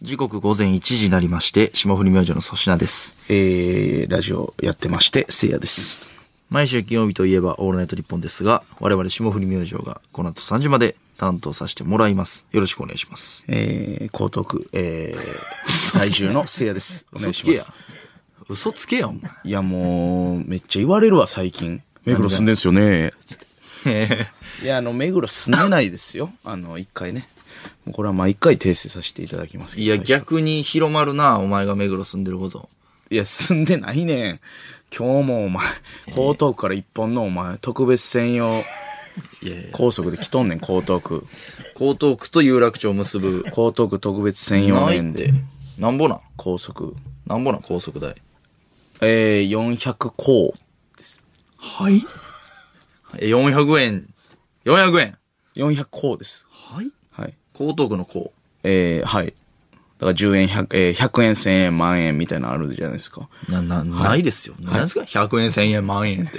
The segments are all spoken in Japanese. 時刻午前1時になりまして、霜降り明星の粗品です。えー、ラジオやってまして、せいやです。毎週金曜日といえばオールナイト日本ですが、我々霜降り明星がこの後3時まで担当させてもらいます。よろしくお願いします。えー、江東区、えー、在住のせいやです。お願いし嘘つます。けや。嘘つけや、お前。いや、もう、めっちゃ言われるわ、最近。目黒住んでんすよね。つって いや、あの、目黒住めないですよ。あの、一回ね。もうこれは毎回訂正させていただきますけど。いや、最初逆に広まるな、お前が目黒住んでること。いや、住んでないねん。今日もお前、江東区から一本のお前、特別専用いやいや高速で来とんねん、江東区。江東区と有楽町を結ぶ。江東区特別専用ない年ってで、。なんぼなん高速。なんぼなん高速代。えー、400校。はいえ、400円。400円。 400校です。はいはい。江東区のこえー、はい。だから10円、100, えー、100円、1000円、万円みたいなのあるじゃないですか。う。な、な、ないですよ。なんですか ?100 円、1000円、万円 っ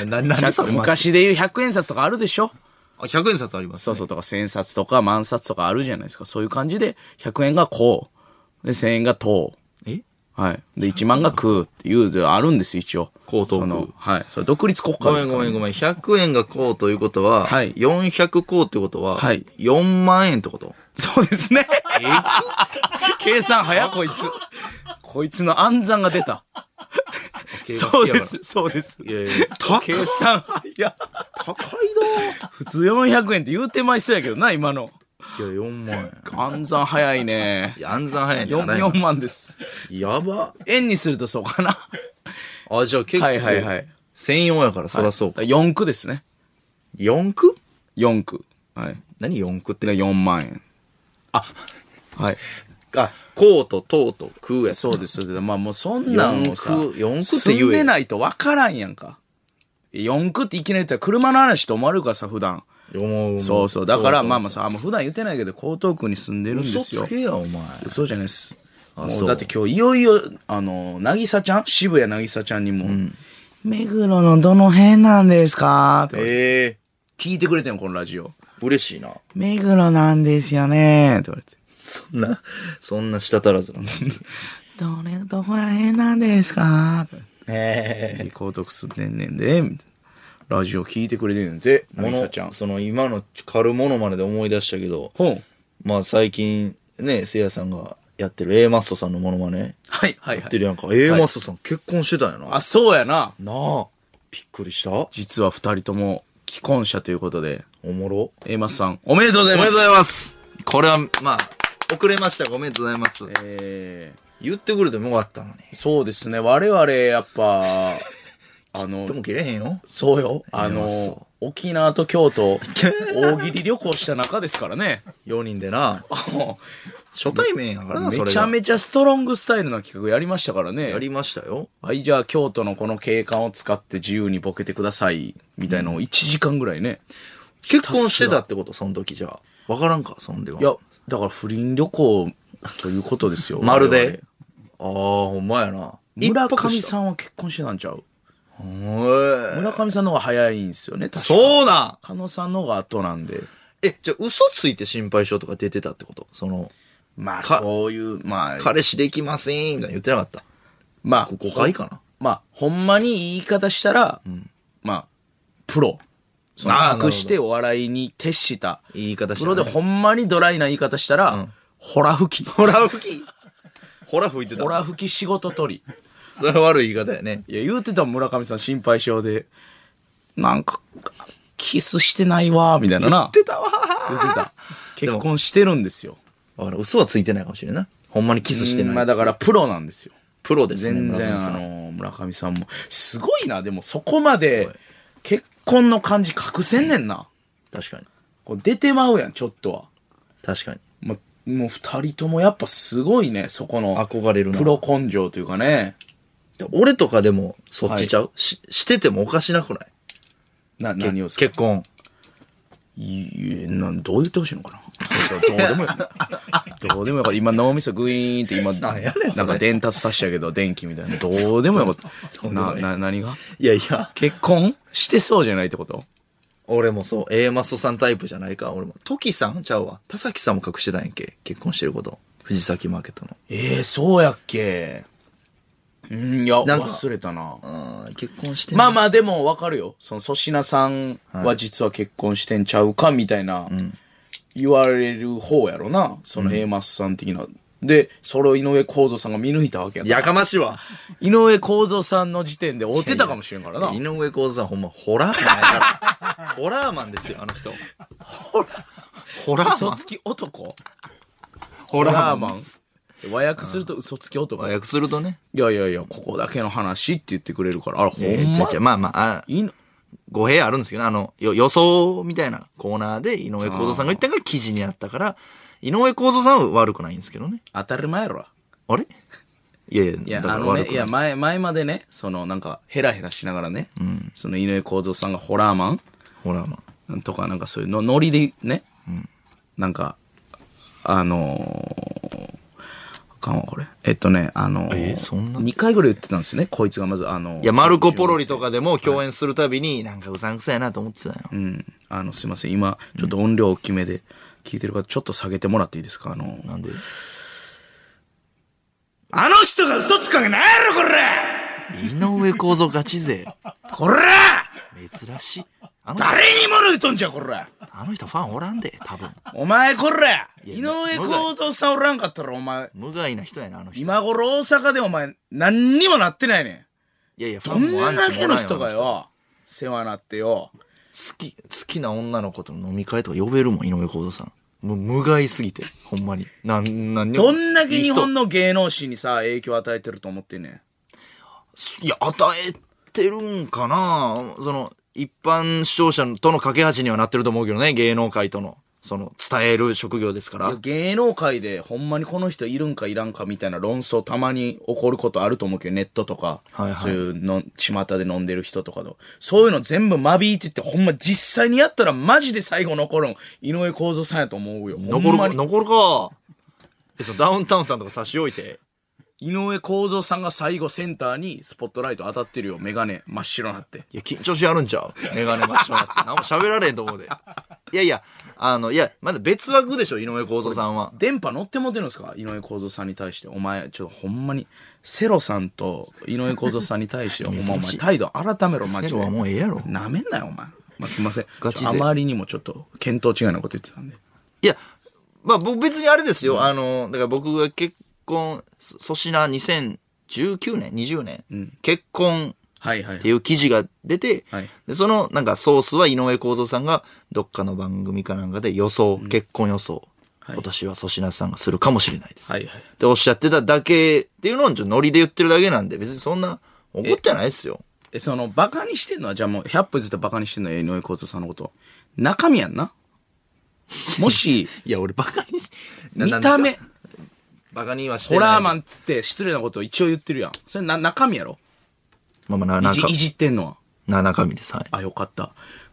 て。な、なんでそれ昔で言う100円札とかあるでしょあ、100円札あります。そうそうとか1000札とか万札とかあるじゃないですか。そういう感じで、100円がこう。で、1000円がとう。えはい。で、1万が食うっていうであるんですよ、一応。江東区そのはい。それ独立国ご家でめすんから、ごめんごめん。100円がこうということは、はい400こうってことは、はい4万円ってことそうですね。 計算早、こいつ。こいつの暗算が出た。そうです、。そうです。いやいや、高い計算早。高い普通400円って言うてまいそうやけどな、今の。どいや、4万円。暗算早いねい。や、暗算早いね。 4、4万です。やば。円にするとそうかな。あ、じゃあ結構、はいはいはい。 1004やから、そらそうか。 4区ですね。 4区4区。はい。何4区ってで、4万円。あ、はい。あ、こうととうとくうやそうです。そうですまあもうそんなんをさ、四駆四駆って言えよ住んでないと分からんやんか。四駆っていきなり言ったら車の話と思われるからさ、普段。思う。そうそう。だからまあまああ、さ、あんま普段言ってないけど、江東区に住んでるんで嘘すよつ。けや、お前。そうじゃないです。もそううだって今日いよいよ、あの、なぎさちゃん渋谷なぎさちゃんにも、目黒のどの辺なんですかってええ聞いてくれてんの、このラジオ。嬉しいな。目黒なんですよねって言われて。そんな、そんな舌足らずな。 どれ、どこら辺なんですかって。え江東区住んでんねんで、みたいな。ラジオ聞いてくれてんねんで、もなぎさのちゃん。その今の軽モノマネで思い出したけど、ほん。まあ最近、ね、せいやさんがやってる A マストさんのモノマネ、はい、はい、やはってるい。やんか。A マストさん結婚してたんやな。あ、そうやな。なあ、びっくりしたお実は二人とも既婚者ということで、もろ。 A マスさん、おめでとうござおいめま。ですとうございます。これは、まあ、遅れましたがおめでとうございます。え言ってくれてもよかったのに。ー、そうですね、我々、やっ ぱ、あので、も切れへんよ。そうよ、あえーまあのそ、沖縄と 京都、大喜利旅行した中ですからね。 4人でな。 も初対面やからうな、それめちゃがめちゃストロングスタイルな企画やりましたからやね。りましたよ。はい、じゃあ京都のこの景観を使って自由にボケてください。みたいのを1時間ぐらいね。結婚してたってことその時じゃあ。わからんか、そんでは。いや、だから不倫旅行ということですよ。 まるで。ああ、ほんまやな。村上ん。さんは結婚してたんちゃうおい村上さんの方が早いんですよね、確かそうなん狩野さんの方が後なんで。え、じゃあ嘘ついて心配性とか出てたってことその、まあ、かそういう、まあ、彼氏できませんみたいな言ってなかった。まあ、誤解かなまあ、ほんまに言い方したら、まあ、プロ。そのああ隠してお笑いに徹した。言い方しプたらロね、でほんまにドライな言い方したら、ほら吹き。ほら吹き。ほら吹いてほた。ら吹き仕事取り。それは悪い言い方やね。 いや、言うてたもん村上さん心配性で。なんか、キスしてないわー、みたいなな。言ってたわー言ってた。結婚してるんですよ。だから嘘はついてないかもしれんない。ほんまにキスしてうんまなあい。だからプロなんですよ。プロですね、全然、村上さあんのー、村上さんも。すごいな、でもそこまで、結婚の感じ隠せんねんな。確かに。こう出てまうやん、ちょっとは。確かに。もう、もう二人ともやっぱすごいね、そこの。憧れるなプロ根性というかね。俺とかでも、そっちちゃう、し、しててもおかしなくないな、何をする結婚。いいえなんどう言ってほしいのかなどうでもよ。 どうでもよかった。今脳みそグイーンって今、なんやねんそれなんか伝達させたけど、電気みたいな。 どうでもよかった。な、な、何がいやいや、結婚してそうじゃないってこと俺もそう、A マストさんタイプじゃないか、俺も。トキさんちゃうわ。田崎さんも隠してたんやんけ、結婚してること。藤崎マーケットの。ええそうやっけ。うん、いや、なんか忘れたな。ああ、結婚してまあまあでもわかるよ。その粗品さんは実は結婚してんちゃうかみたいな、言われる方やろな。その A マスさん的な。で、それを井上公造さんが見抜いたわけやからやかましいわ。井上公造さんの時点で追ってたかもしれんからな。井上公造さんほんまホラーマンや から。ホラーマンですよ、あの人。ホラーホ嘘ラーマンつき男ホラーン。マン。和訳すると嘘つき男。い訳するとね。やいやいや、ここだけの話って言ってくれるから。あら、ほんえー、ちゃまちゃ、まあまあ、あいいの語弊あるんですけどね、あの、よ予想みたいなコーナーで井上公造さんが言ったのが記事にあったから、井上公造さんは悪くないんですけどね。当たり前やろ。あれいやいいや、や、だかあらの悪ね、くないいや、。前、前までね、その、なんか、ヘラヘラしながらね、その、井上公造さんがホラーマホラーマン。ンとか、なんかそういうの、ノリでね、なんか、あのー、あかんわ、これ。えっとね、あのー、えそんな2回ぐらい言ってたんですよね、こいつがまず、あのー、いや、マルコ・ポロリとかでも共演するたびに、なんかうさんくさいなと思ってたよ。うん。あの、すいません。今、ちょっと音量大きめで聞いてる方、ちょっと下げてもらっていいですかあの、なんであの人が嘘つかんがないや井上公造ガチ勢。ろ、これこれ珍しい。あの人、誰にも言うとんじゃ、これあの人ファンおらんで、多分。お前、これや井上公造さんおらんかったら、お前、無害な人やな、あの人。今頃大阪でお前、何にもなってないねん。いやいや、ファどンんもアンだチもけおらのんよ人が。あのよ、世話なってよ。人好き、好きな女の子との飲み会とか呼べるもん、井上公造さん。もう無害すぎて、ほんまに。なん、なんにもどんだけ日い本いの芸能人にさ、影響を与えてると思ってんねん。人いや、与えてるんかなその、一般視聴者との架け橋にはなってると思うけどね、芸能界との。その、伝える職業ですかいやら。芸能界でほんまにこの人いるんかいらんかみたいな論争たまに起こることあると思うけど、ネットとか、はいはいそういうの、巷で飲んでる人とかと。そういうの全部間引いてって、ほんま実際にやったらマジで最後残るん、井上公造さんやと思うよ。ほん残るまか、に。残るか。え、そのダウンタウンさんとか差し置いて。井上公造さんが最後センターにスポットライト当たってるよ。メガネ真っ白なって。いや、緊張しあるんちゃうメガネマッションって。何も喋られへんと思うで。いやいや、あの、いや、まだ別枠でしょ、井上公造さんは。電波乗ってもてるんですか井上公造さんに対して。お前、ちょっとほんまに、セロさんと井上公造さんに 対して、お前、お前態度改めろ、マジで。セロはもうええやろなめんなよ、お前。まあ、すいません。ガチ勢ちょあまりにもちょっと、見当違いなこと言ってたんで。いや、まあ僕別にあれですよ、あの、だから僕が結婚、そ粗品2019年、20年、結婚はいはいっ。ていう記事が出て、はいでそのなんかソースは井上公造さんがどっかの番組かなんかで予想、結婚予想、今年は粗品さんがするかもしれないです。はいはいっておっしゃってただけっていうのをちょっとノリで言ってるだけなんで、別にそんな怒ってないですよ。え、その、バカにしてんのは、じゃあもう、100歩ずってバカにしてんのは井上公造さんのこと。中身やんな。もし、いや、俺バカにし、な見た。なんですか目、バカにはしてホない。ラーマンっつって失礼なことを一応言ってるやん。それな、中身やろまあまあ、ないなんじかい、じってんのは。な、中身です。はい。あ、よかった。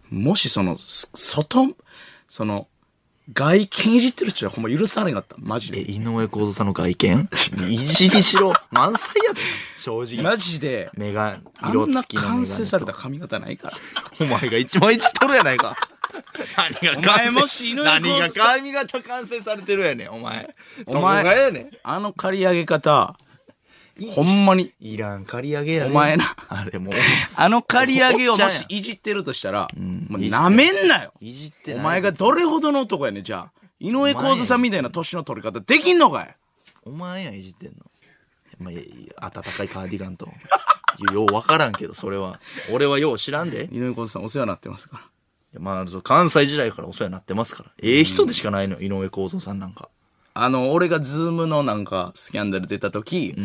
もしその、す外、その、外見いじってる人はほんま許されんかった。マジえ、で。井上公造さんの外見 いじりしろ。満載やで。正直。マジで、目が、あ色んな付きの完眼成鏡されとた髪型ないから。お前が一番いじっとるやない か。何が完成お前もし井上公造さん何が髪型完成されてるやねん、お前。おどこがやね前ん。、あの刈り上げ方、ほんまに、いらん刈り上げやねお前なあれもう。 あの刈り上げをおっちゃもんやしいじってるとしたら、もういじってなめんなよいじっておない前がどれほどの男やねん、じゃあ。井上公造さんみたいな年の取り方できんのかいお前やんいじってんの。まあ、いやいや暖かいカーディガンと。いやようわからんけど、それは。俺はよう知らんで。い井上公造さんお世話になってますから。やまあ、そう関西時代からお世話になってますから。ええ人でしかないのよ、井上公造さんなんか。あの、俺がズームのなんか、スキャンダル出た時、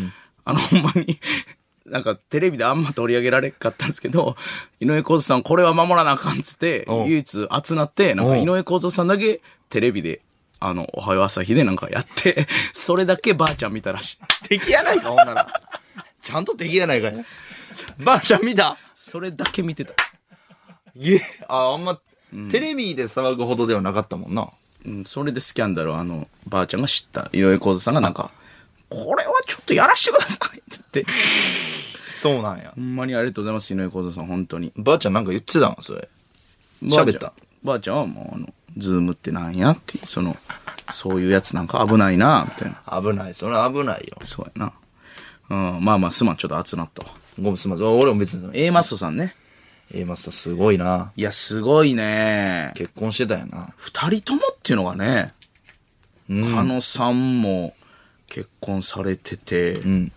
あの、ほんまに、 なんかテレビであんま取り上げられんかったんですけど、井上公造さんこれは守らなあかんっつって、おう唯一集なって、なんかおう井上公造さんだけテレビで、あの、おはよう朝日でなんかやって、 それだけばあちゃん見たらしい。 敵やないか、ほんなら。 ちゃんと敵やない かよ。ばあちゃん見たそれだけ見てた。いえ、あ、あんま、テレビで騒ぐほどではなかったもんな。うん、それでスキャンダルをあの、ばあちゃんが知った。井上公造さんがなんか、これはちょっとやらしてくださいって言って、そうなんやほ。んまにありがとうございます、井上公造さん、本当に。ばあちゃんなんか言ってたんそれ。喋ったばあちゃんばあちゃんはもうあのズームってなんやってその そういうやつなんか危ないな、みたいな。危ない。それは危ないよ。そうやな。うん、まあまあ、すまん、ちょっと熱なったわ。ごめん、すみません。俺も別にその、え、 A マストさんね。えマスターすごいな。いや、すごいね。結婚してたよな。二人ともっていうのがね、狩野さんも結婚されてて、全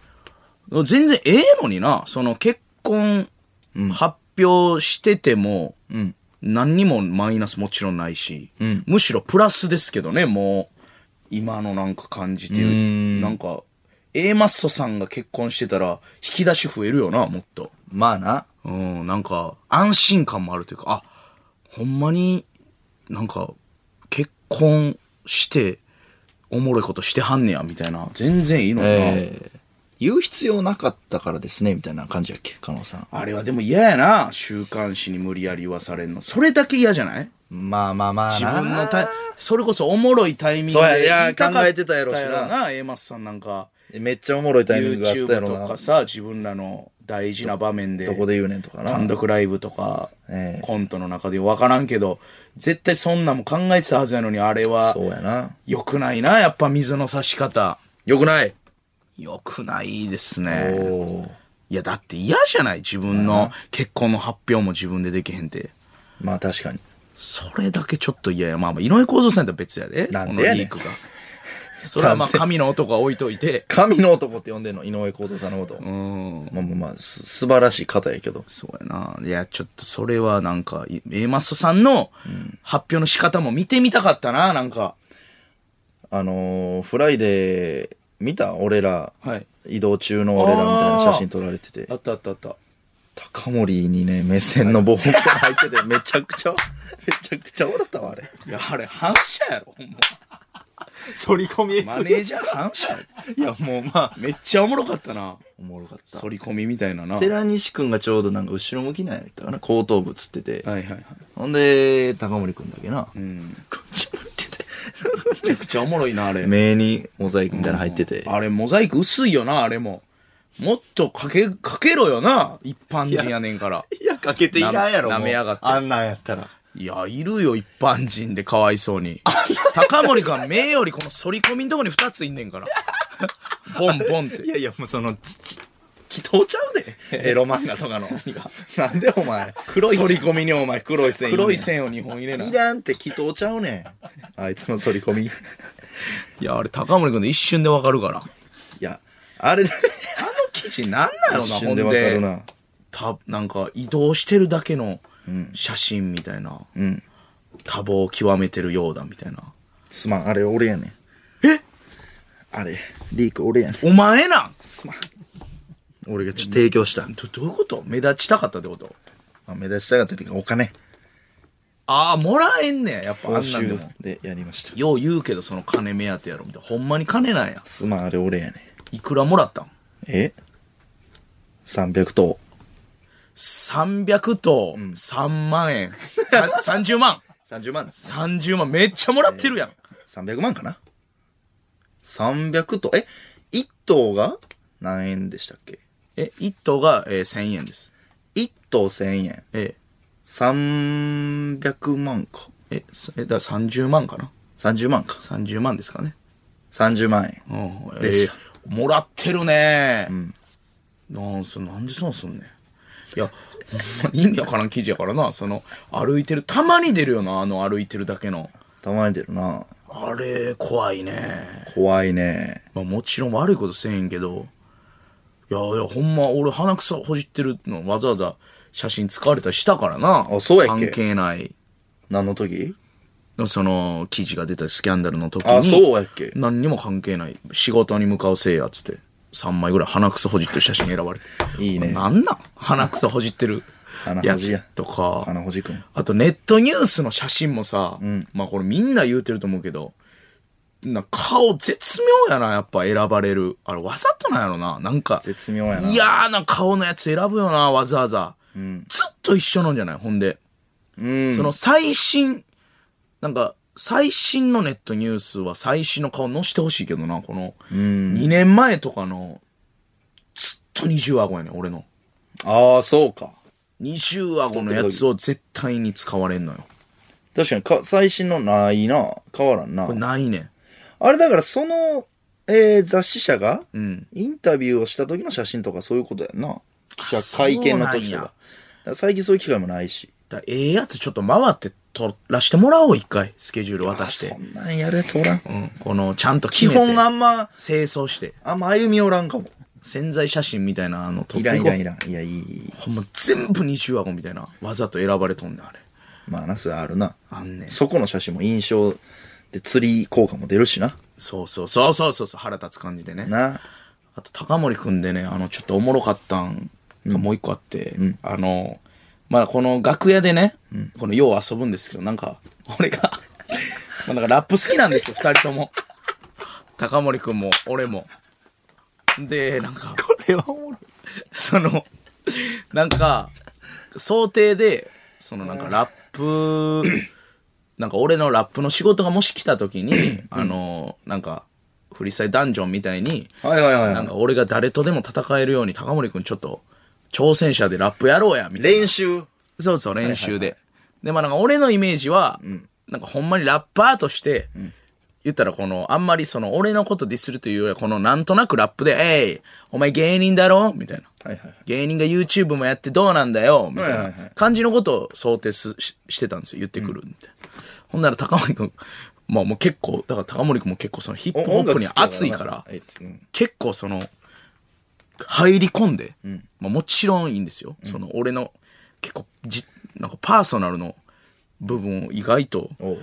然ええのにな、その結婚発表してても、何にもマイナスもちろんないし、むしろプラスですけどね、もう、今のなんか感じてる。なんか、A マッソさんが結婚してたら、引き出し増えるよな、もっと。まあな。うん、なんか、安心感もあるというか、あ、ほんまに、なんか、結婚して、おもろいことしてはんねや、みたいな。全然いいのにな。えー言う必要なかったからですね、みたいな感じやっけ、加納さん。あれはでも嫌やな。週刊誌に無理やり言わされるの。それだけ嫌じゃないまあまあまあ自な。分のタイそれこそおもろいタイミングでそうやいや言たかった考えてたやろしなな。A マスさんなんか、めっちゃおもろいタイミングがあったや YouTube ろとなか。さ、自分らの大事な場面で。どこで言うねんとかな。単独ライブとか、ええコントの中で分からんけど、絶対そんなんも考えてたはずやのに、あれはそうやな。良くないな、やっぱ水の差し方。よくない良くないですおね。ーいや、だって嫌じゃない自分の結婚の発表も自分でできへんて。まあ確かに。それだけちょっと嫌や。まあまあ、井上公造さんとは別やで。なんこでのやリねんークが。それはまあ、神の男は置いといて。神の男って呼んでんの、井上公造さんのこと。うん。まあまあまあ、す素晴らしい方やけど。そうやな。いや、ちょっとそれはなんか、い A マストさんの発表の仕方も見てみたかったな、なんか。あのー、フライデー、見た俺ら。はい。移動中の俺らみたいな写真撮られててあ。ったあったあった。高森にね、目線の棒が入ってて、めちゃくちゃ、めちゃくちゃ笑ったわ、あれ。いや、あれ反射やろ、ほんま。反り込み。マネージャー反射やろ。いや、もうまあ、めっちゃおもろかったな。おもろかった。反り込みみたいなな。はい寺西くんがちょうどなんか後ろ向きなんやったかな、後頭部つってて。はいはい。ほんで、高森くんだけな。うん。こっち向ってて。めちゃくちゃおもろいな、あれ。目にモザイクみたいなの入ってて。あれ、モザイク薄いよな、あれも。もっとかけ、かけろよな。一般人やねんから。いや、かけていらんやろ、なもう舐めやがってあんなんやったら。いや、いるよ、一般人でかわいそうに。高森が目よりこの反り込みんとこに二ついんねんから。ボンボンってい。やいや、もうその、ちち祈祷ちゃうで。エロ漫画とかの。なんでお前。黒い線反り込みにお前黒い線入れんねん黒い線を2本入れないい。らんって祈祷ちゃうねん。あいつの反り込み。いいや、あれ高森くんの一瞬でわかるから。や、あれ、あの記事なんなの一な、ほ瞬んでわかるで。な。た、なんか移動してるだけの写真みたいな。うん。多忙を極めてるようだみたいな。すまん、あれ俺やねん。えあれ、リーク俺やねん。お前なんすまん。俺がちょっと提供した。ど、どういうこと目立ちたかったってことまあ、目立ちたかったっていうか、お金。ああ、もらえんねや。やっぱ報あんなんで酬も。でやりました。よう言うけど、その金目当てやろ、みたいな。ほんまに金なんや。すまん、あれ俺やねん。いくらもらったんえ ?300 頭。 300と3万円、さ30万 30万です。 30万めっちゃもらってるやん、 300万かな ?300 頭。え ?1 頭が何円でしたっけえ一頭が、えー、1000円です ?1 頭1000円。え300万か。ー、えそえだから30万かな30万か。 30万ですかね30万円。うんえでしたー、もらってるねなんそなんでそうすんねんいやほんまに意味わからん記事やからなその歩いてるたまに出るよなあの歩いてるだけのたまに出るな。あれ怖いね怖いね。まあもちろん悪いことせえへんけど、いやいや、ほんま俺鼻くそほじってるのわざわざ写真使われたりしたからな。あそうやっけ関係ない。何の時その、記事が出たりスキャンダルの時に。あそうやっけ何にも関係ない。仕事に向かうせいやっつって。3枚ぐらい鼻くそほじってる写真選ばれて。いいねなんなん鼻くそほじってる鼻やほじやつとか。花星くん。あとネットニュースの写真もさ、まあこれみんな言うてると思うけど、な顔絶妙やな、やっぱ選ばれる。あれわざとなんやろな、なんか。絶妙やな嫌な顔のやつ選ぶよな、わざわざ。ずっと一緒なんじゃないほんで。うん。その最新、なんか、最新のネットニュースは最新の顔載してほしいけどな、この、2年前とかの、ずっと二重顎やねん、俺の。ああ、そうか。二重顎のやつを絶対に使われんのよ。確かにか、最新のないな。変わらんなこれ。ないねん。あれだからその、えー雑誌社が、んインタビューをした時の写真とかそういうことやんな。記者会見の時そうなんとやか。だから最近そういう機会もないし。だええやつちょっと回って撮らしてもらおう、一回。スケジュール渡してそ。んなんやるやつおらん。うん。この、ちゃんと基決めて。本あんま、清掃して。あんま歩みおらんかも。潜在写真みたいな、あの、撮っいらんていいこ。らんいうらん。いや、いい。ほんま、全部二重顎みたいな。わざと選ばれとんねん、あれ。まあな、それあるな。あんねん。そこの写真も印象で釣り効果も出るしな。そうそうそうそうそうそう、腹立つ感じでね。な。あと、高森くんでね、あの、ちょっとおもろかったんがもう一個あって、あの、まあ、この楽屋でね、この、よう遊ぶんですけど、なんか、俺が、 まあ、なんかラップ好きなんですよ、二人とも。高森くんも、俺も。で、なんか、これはおもろい。 その、なんか、想定で、そのなんかラップ、なんか俺のラップの仕事がもし来た時に、あの、なんか、フリースタイルダンジョンみたいに、はいはいはいなんはか俺が誰とでも戦えるように高森くんちょっと挑戦者でラップやろうや、みい。たいな。練習。そうそう、練習で。で、まあなんか俺のイメージは、なんかほんまにラッパーとして、言ったらこの、あんまりその俺のことディスるというよりは、このなんとなくラップで、えい、お前芸人だろみたいな。はいはい。芸人が YouTube もやってどうなんだよみたいはいはないは感じのことを想定すししてたんですよ。言ってくるみたいな。ほんなら高森くん、まあもう結構、だから高森くんも結構そのヒップホップに熱いから、あいつうん結構その、入り込んで、まあもちろんいいんですよ。その俺の結構じ、なんかパーソナルの部分を意外と、おう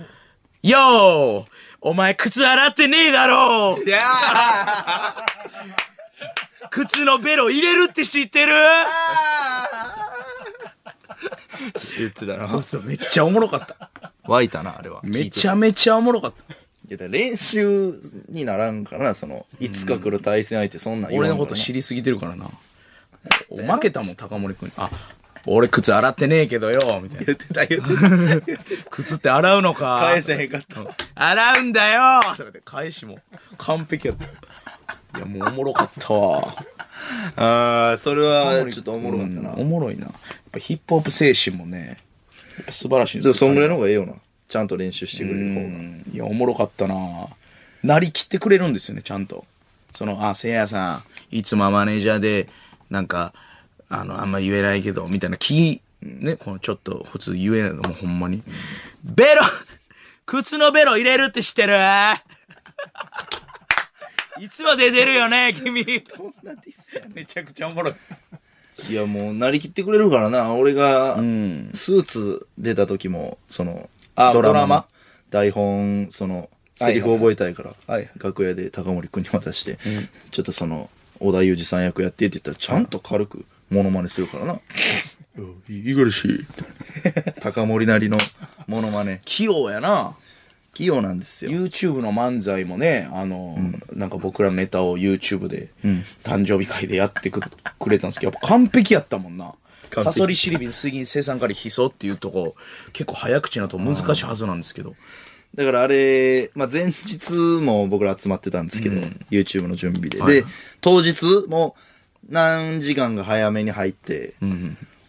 よーお前靴洗ってねえだろいや 靴のベロ入れるって知ってるー言ってたな。 そうめっちゃおもろかった。湧いたな、あれは。めちゃめちゃおもろかった。聞いてたいや練習にならんからな、その、いつか来る対戦相手、そんなん言わ俺んかのらこと知りすぎてるからな。お負けたもん、高森くんに。あ、俺靴洗ってねえけどよ、み たいな。言ってた、言ってた。靴って洗うのか。返せへんかった。洗うんだよとかって返しも完璧やった。いや、もうおもろかったわ。 ああ、それは、ちょっとおもろかったな。おもろいな。やっぱヒップホップ精神もね、やっぱ素晴らしいんですでも、そんぐらいのの方がええよな。ちゃんと練習してくれる方が。いや、おもろかったななりきってくれるんですよね、ちゃんと。その、あ、せいやさん、いつもはマネージャーで、なんか、あの、あんま言えないけど、みたいな気、ね、このちょっと普通言えないのもうほんまに。ベロ靴のベロ入れるって知ってるいつも出てるよね、君。 めちゃくちゃおもろい。いや、もう、なりきってくれるからな。俺が、スーツ出た時も、その、あドラマドラマの台本、その、はいセリフ覚えたいから、はいはい楽屋で高森くんに渡して、ちょっとその、小田裕二さん役やってって言ったら、ちゃんと軽く、モノマネするからな。いいがらしい。 高森なりの、モノマネ。器用やな。器用なんですよ。 YouTube の漫才もね、あの、なんか僕らのネタを YouTube で、誕生日会でやってくくれたんですけど、やっぱ完璧やったもんな。完璧サソリシリビン水銀生産カリヒソっていうとこ、結構早口なと難しいはずなんですけど。だからあれ、まあ、前日も僕ら集まってたんですけど、YouTube の準備で。はいで、当日も何時間が早めに入って、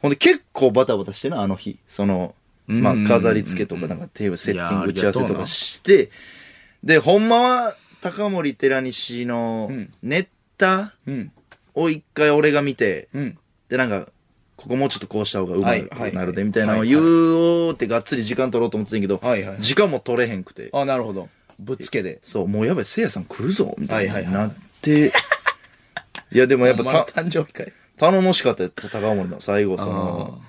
ほんで結構バタバタしてな、あの日。その、まあ、飾り付けとか、なんかテーブルセッティングいやー打ち合わせとかして、で、ほんまは高森寺西のネタうん。を一回俺が見て、うん。で、なんか、ここもうちょっとこうした方がうまはいくなはいるで、みたいなのをはい言おうってがっつり時間取ろうと思ってたんやけど、はいはい時間も取れへんくて。あ、なるほど。ぶっつけで。そう、もうやばい、せいやさん来るぞ、みたいはないはいはない って、いや、でもやっお前のぱた、誕生日会。頼もしかったよ、高森の最後、その、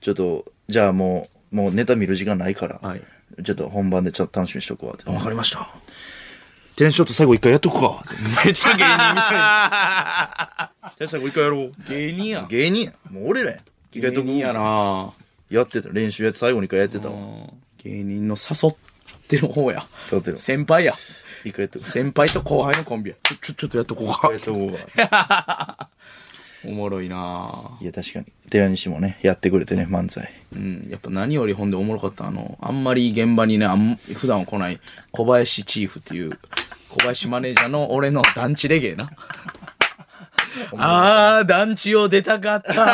ちょっと、じゃあもう、もうネタ見る時間ないから、はいちょっと本番でちょっと楽しみにしとくわって、わかりました。テレンショット最後一回やっとくか。めっちゃ芸人みたい。テレンショット最後一回やろう。 芸人や。芸人や。もう俺らや。一回やっと芸く人やなやってた。練習やって、最後に一回やってたうわ。ん芸人の誘ってる方や。誘ってる先 輩や。一回やっとく。先輩と後輩のコンビや。ちょ、ちょ、ちょっとやっとこうかやっ。とこうわ。おもろいないや、確かに。寺西もね、やってくれてね、漫才。うん、やっぱ何よりほんでおもろかったあのあんまり現場にねあん普段は来ない小林チーフっていう小林マネージャーの俺の団地レゲエ なああ団地を出たかった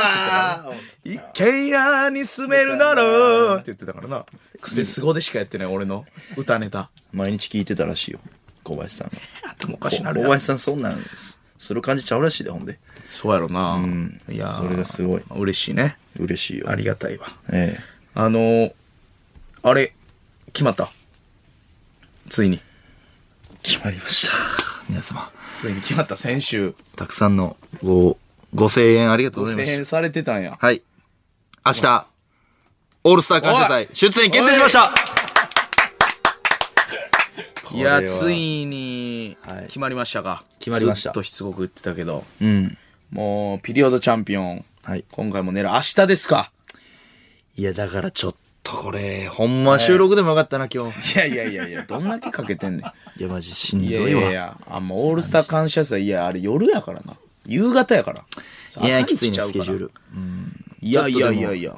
って言 ってたから一軒家に住めるならって言ってたからな癖すごでしかやってない俺の歌ネタ毎日聞いてたらしいよ。小林さんが。頭おかしな小るやろ林さんそんなんすする感じちゃうらしいで、ほんで。そうやろな、いやーそれがすごい嬉しいね嬉しいよ。ありがたいわえあのーあれ決まったついにえ。決まりました。 皆様、ついに決まった先週たくさんのご、ご声援ありがとうござい声ました。援されてたんやはい。明日、オールスター感謝祭、出演決定しましたいこれやはついにはい決まりましたか、決まりましたずっとしつこく言ってたけどうん。もうピリオドチャンピオンはい。今回も狙う明日ですかいや、だからちょっとこれ、ほんま収録でもよかったな、今日。いやいやいやいやどんだけかけてんねんいや、マジしんどいいやわ。いやいや、あ、もうオールスター感謝祭、いや、あれ夜やからな。夕方やから。いや朝きつい一ちね、ゃうスかケらジュール。いやいやいちょっとやでもいや。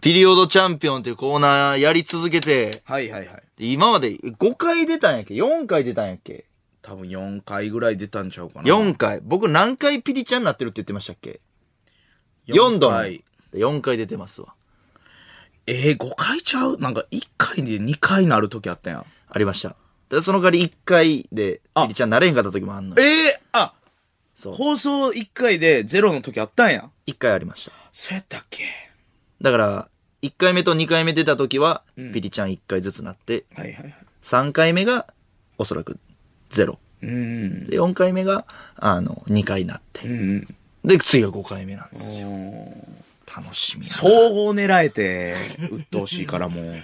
ピリオドチャンピオンっていうコーナーやり続けて、はいはいはい。今まで5回出たんやっけ ?4 回出たんやっけ多分4回ぐらい出たんちゃうかな。 ?4 回。僕何回ピリちゃんになってるって言ってましたっけ ?4 度。回。 4回出てますわ。えー、5回ちゃうなんか1回で2回なる時あったやん。ありました。でその代わり1回でピリちゃんになれへんかった時もあんのよえ。ー、あそう。放送1回でゼロの時あったんや。 1回ありました。そうやったっけだから、1回目と2回目出た時は、ピリちゃん1回ずつなって、はいはいはい。 3回目がおそらく0。うん。で、4回目が、あの、2回なって。うん。で、次が5回目なんですよ。楽しみやな総合狙えて、鬱陶しいからも う。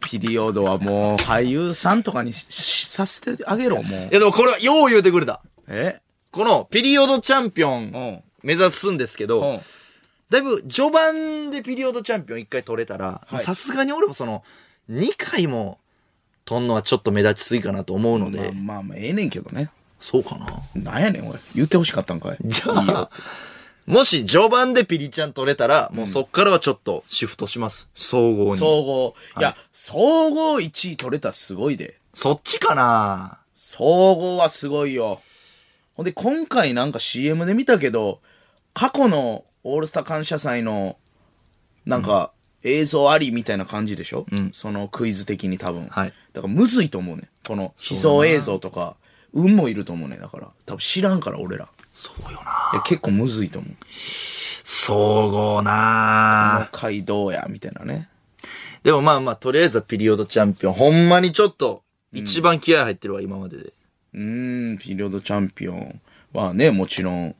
ピリオドはもう俳優さんとかにししさせてあげろ、もうい。やでもこれはよう言うてくれた。えこのピリオドチャンピオうンん。目指すんですけど、うん。だいぶ序盤でピリオドチャンピオン一回取れたら、いさすがに俺もその2回も取んのはちょっと目立ちすぎかなと思うので、まあまあまあ、ええねんけどね。そうかな。なんやねん、俺。言ってほしかったんかい。じゃあ、もし序盤でピリちゃん取れたら、もうそっからはちょっとシフトします。総合に。総合。いや、総合1位取れたらすごいで。そっちかな総合はすごいよ。ほんで、今回なんか CM で見たけど、過去のオールスター感謝祭の、なんか、映像ありみたいな感じでしょ、そのクイズ的に多分。はいだから、むずいと思うねん。この、秘蔵映像とか、運もいると思うねん。だから、多分知らんから、俺ら。そうよな。いや結構むずいと思う。総合なあ、街道や、みたいなね。でもまあまあ、とりあえずはピリオドチャンピオン。ほんまにちょっと、一番気合入ってるわ、今までで。うーん、ピリオドチャンピオンはね、もちろん、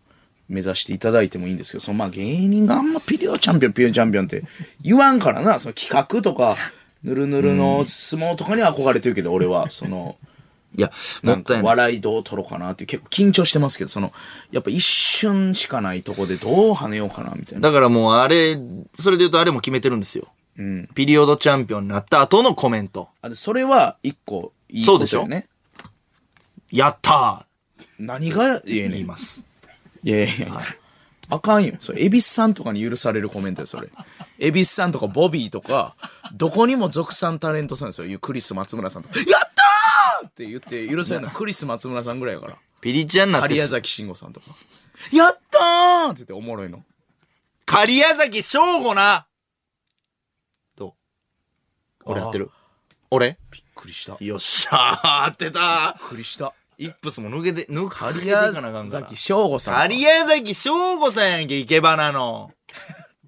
目指していただいてもいいんですけど、そのまあ芸人があんまピリオドチャンピオン、ピリオドチャンピオンって言わんからな、その企画とか、ぬるぬるの相撲とかに憧れてるけど、俺は、そ の、いや、もなっんかたいない。笑いどう取ろうかなっていう、結構緊張してますけど、その、やっぱ一瞬しかないとこでどう跳ねようかな、みたいな。だからもうあれ、それで言うとあれも決めてるんですよ。うん。ピリオドチャンピオンになった後のコメント。あでそれは一個いいそこうでしょとよね。やった何が言えーね言んい。ます。いやいやいや。あかんよ。それ、エビスさんとかに許されるコメントよ、そ れ。エビスさんとか、ボビーとか、どこにも属さんタレントさんですよ。いうクリス松村さんとか、やったーって言って許されるのはクリス松村さんぐらいや から。ピリちゃんになって狩屋、崎慎吾さんとか、やったーって言っておもろいの。狩矢崎翔吾などう俺あー合ってる俺びっくりした。びっよっしゃー合ってたくりした。イップスも抜けて、抜か狩り屋やかなあかんから崎。翔吾さん。狩矢崎翔吾さんやんけ、生け花の。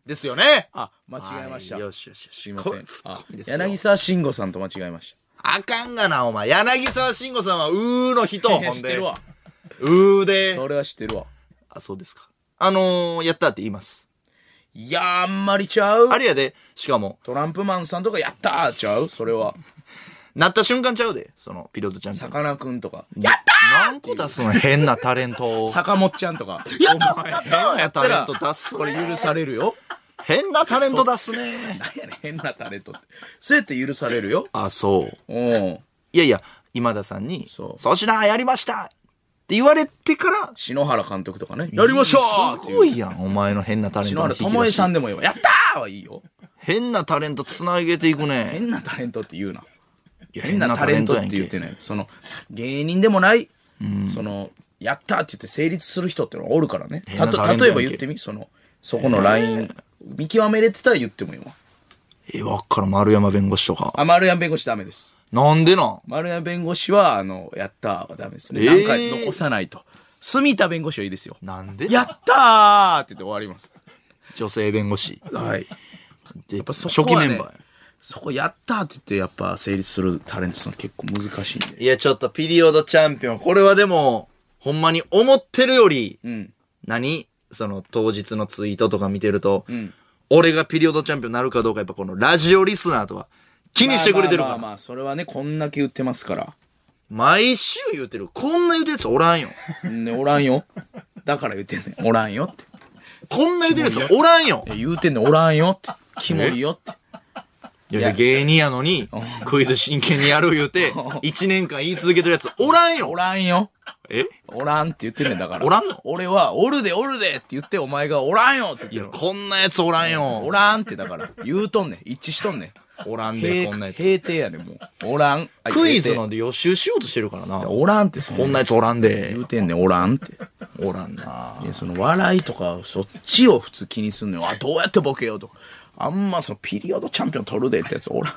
ですよねあ、間違えました。はいよしよしよし。すいませこんれツ。あッコミですよ柳沢慎吾さんと間違えましあかんがな、お前。柳沢慎吾さんは、うーの人、た。ほ知んってでる。わ。うーでそ。れは知ってるわ。あ、そうですか。あのー、やったって言います。いやー、あんまりちゃう。あれやで、しかも、トランプマンさんとかやったーちゃうそれは。なった瞬間ちゃうで、その、ピリオドチャンピオさン。かなクンとか。やっ何個出すの変なタレントを。たかもっちゃんとか。やったお前変なタレント出すこれね。許されるよ。変なタレント出すね。なんやねん、変なタレントって。そうやって許されるよ。あ、そう。うん。いやいや、今田さんに、そそうう。粗品やりましたって言われてから、篠原監督とかね。やりましょうってすいうごいやん、お前の変なタレン篠トの原引き出しともえさんでもいいわ。やったーはいいよ。変なタレントつなげていくね。変なタレントって言うな。いや変なタレントって言ってね。ない。その、芸人でもない、その、やったーって言って成立する人ってのはおるからね。た変なタレンとトや例えんけば言ってみその、そこのライン、見極めれてたら言ってもいいわ。え、わっからん丸山弁護士とか。あ、丸山弁護士ダメです。なんでなん丸山弁護士は、あの、やったーはダメですね。えーなんか残さないと。住田弁護士はいいですよ。なんでやったーって言って終わります。女性弁護士。はい。で、やっぱ初そこ期はメねンバーや。そこやったーって言って、やっぱ成立するタレントさん結構難しいんで。いや、ちょっとピリオドチャンピオン。これはでも、ほんまに思ってるより、うん。何その当日のツイートとか見てると、俺がピリオドチャンピオンになるかどうかやっぱこのラジオリスナーとは気にしてくれてるから。まあまあまあまあ、それはね、こんだけ言ってます から。毎週言うてる。こんな言うてるやつおらん よ。ね、おらんよ。だから言ってんねん。おらんよって。こんな言うてるやつおらんよ。言うてんねん。おらんよって。キモいよって。いや、芸人やの に、クイズ真剣にやる言うて、1年間言い続けてるやつおらんお よ。らんよ。えおらんって言ってんねんだから。おらんの俺は、おるでおるでって言って、お前がおらんよって言っいてや、るの。こんなやつおらんおよ。らんってだから、言うとんねん。一致しとんねん。おらんで、平こんなやつ。平定やねん、もう。おらん。あクイズ平なんで予習しようとしてるからな。定おらんって、そこんんななやつおらんで言。うてんねん、おらんって。。おらんないや、その笑いとか、そっちを普通気にすんのよ。あ、どうやってボケようとか。あんまそのピリオドチャンピオン取るでってやつおらん。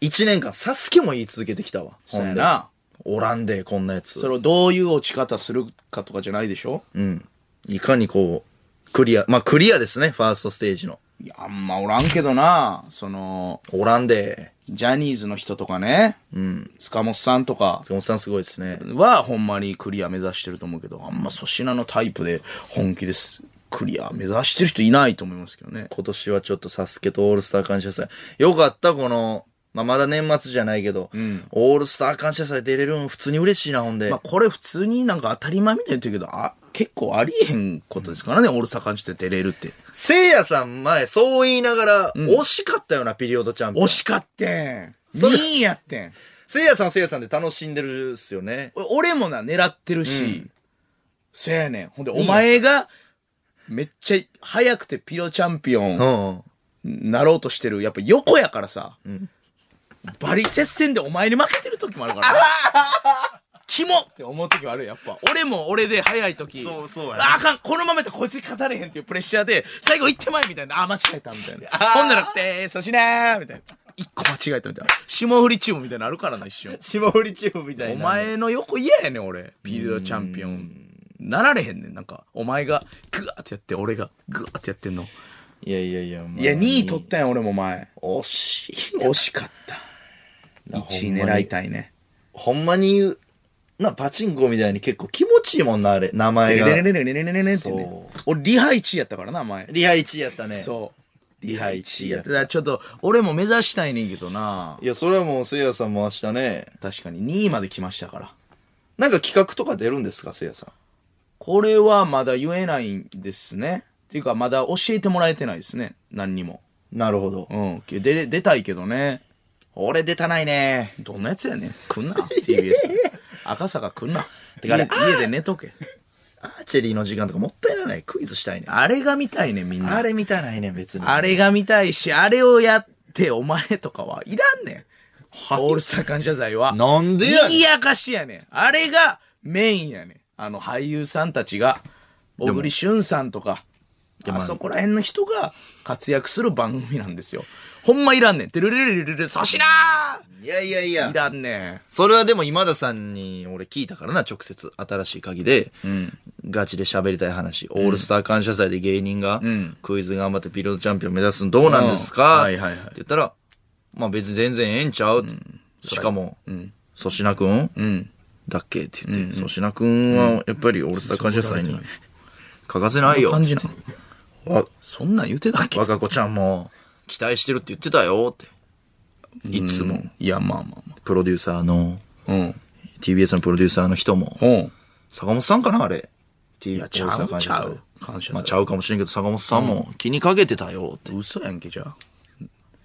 1年間、サスケも言い続けてきたわ。そうやほんでな。おらんで、こんなやつそ。れをどういう落ち方するかとかじゃないでしょうん。いかにこう、クリア、まあクリアですね、ファーストステージの。いや、あんまおらんけどな。その、おらんで、ジャニーズの人とかね。うん。塚本さんとか塚本さんすごいですね。は、ほんまにクリア目指してると思うけど、あんま粗品のタイプで本気です。クリア目指してる人いないと思いますけどね。今年はちょっとサスケとオールスター感謝祭。よかった、この、まあ、まだ年末じゃないけど、オールスター感謝祭出れるの普通に嬉しいな、ほんで。まあ、これ普通になんか当たり前みたいに言ってるけど、あ、結構ありえへんことですからね、オールスター感じて出れるって。せいやさん前、そう言いながら、惜しかったよな、ピリオドチャンピオン惜。しかってんそ !2 れ位やってんせいやさんせいやさんで楽しんでるっすよね。お俺もな、狙ってるし、そやねん。ほんで、お前が、めっちゃ早くてピロチャンピオうンん。なろうとしてる。やっぱ横やからさ、バリ接戦でお前に負けてる時もあるから な。キモって思う時もあるやっぱ。俺も俺で早い時。そうそうやねああかん、このままやったらこいつに勝たれへんっていうプレッシャーで、最後行ってまいみたいな。あ あ、間違えたみたいな。ほんなら、えー、そしなーみたいな。一個間違えたみたいな。霜降りチームみたいなのあるからな、一瞬。霜降りチームみたいな。お前の横嫌やねん俺ピールドチャンピオンなられへんねんなんかお前がグワーってやって俺がグワーってやってんのいやいやいや、いや2位取ったやん俺も前惜しい。惜しかった1位狙いたいねほんまに言う、な、パチンコみたいに結構気持ちいいもんな、あれ、名前レがレ。レレレレレレレってそね俺リハ1位やったからな前リハ1位やったね。そうリハ1位やだっかた。らちょっと俺も目指したいねんけどないや、それはもうせいやさんも明日ね、確かに2位まで来ましたからなんか企画とか出るんですか、せいやさん。これはまだ言えないんですねっていうかまだ教えてもらえてないですね何にもなるほど。うんけど出出たいけどね俺出たないね。どんなやつやねん。来んな、TBS。赤坂来んな。てかあれ家家で寝とけ。アーチェリーの時間とかもったいない。クイズしたいね。あれが見たいねん、みんな。あれ見たないね、別に。あれが見たいし、あれをやって、お前とかはいらんねん。オールスター感謝祭は。なんでやねんにぎやかしやねん。あれがメインやねん。あの俳優さんたちが、小栗旬さんとか、あそこら辺の人が活躍する番組なんですよ。ほんまいらんねん。てるるるるるる、粗品いやいやいやい。らんねん。それはでも今田さんに俺聞いたからな、直接。新しい鍵で、ガチで喋りたい話。オールスター感謝祭で芸人が、クイズ頑張ってピリオドチャンピオン目指すのどうなんですか、うんはいはいはいって言ったら、まあ別に全然ええんちゃう、ってしかも、粗品くん、だっけって言って、粗品くんはやっぱりオールスター感謝祭に欠かせないよ。感じなわそんなん言うてたっけ若子ちゃんも期待してるって言ってたよって。いつも、いや、まあまあまプロデューサーの、あ。うん。 TBS のプロデューサーの人も、うん。坂本さんかなあれ。いいや、ちゃうちゃう。感謝まあ、ちう。ゃうかもしれんけど、坂本さんも気にかけてたよって。嘘やんけ、じゃ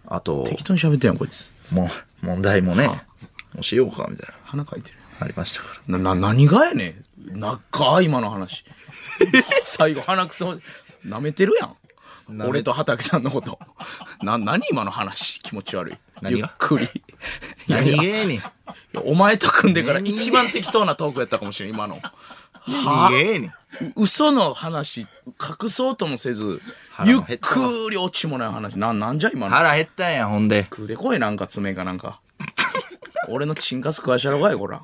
あ。あと、適当に喋ってんやん、こいつ。もう、問題もね、もうしようか、みたい鼻かいてる。な、ありましたから。な、な、何がやねん。長い今の話。 最後、鼻くそ、舐めてるやん。俺と畑さんのこと。な、何今の話気持ち悪い。ゆ何っがくり。いやい何やがええねん。いやお前と組んでから一番適当なトークやったかもしれん、今の。何がええねん。嘘の話、隠そうともせず、腹ゆっも減ったなくり落ちもない話。な、なんじゃ今の。腹減ったんや、ほんで。食うでこい、なんか、爪かなんか。 俺のチンカス食わしゃろかい、こら。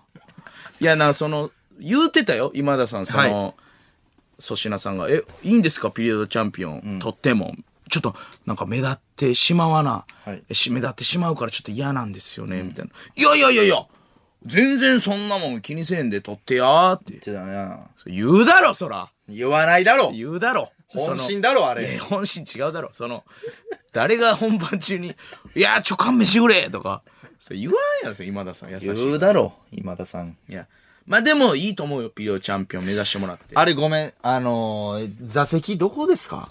いや、な、その、言うてたよ、今田さん、その、粗品さんが、え、いいんですか、ピリオドチャンピオン、とっても。ちょっと、なんか目立ってしまわな、はいし目立ってしまうからちょっと嫌なんですよね、みたいな。いやいやいやいや、全然そんなもん気にせんで取ってやーって。言ってたな。言うだろ、そら。言わないだろ言うだろ。本心だだろ、あいやれ。本心違うだろ。その、誰が本番中に、 いや、ちょ、勘弁してくれとか、それ言わんやんすよ、今田さん。優しい。言うだろ、今田さん。いや。まあでも、いいと思うよ、ピリオチャンピオン目指してもらって。あれごめん、あのー座席どこですか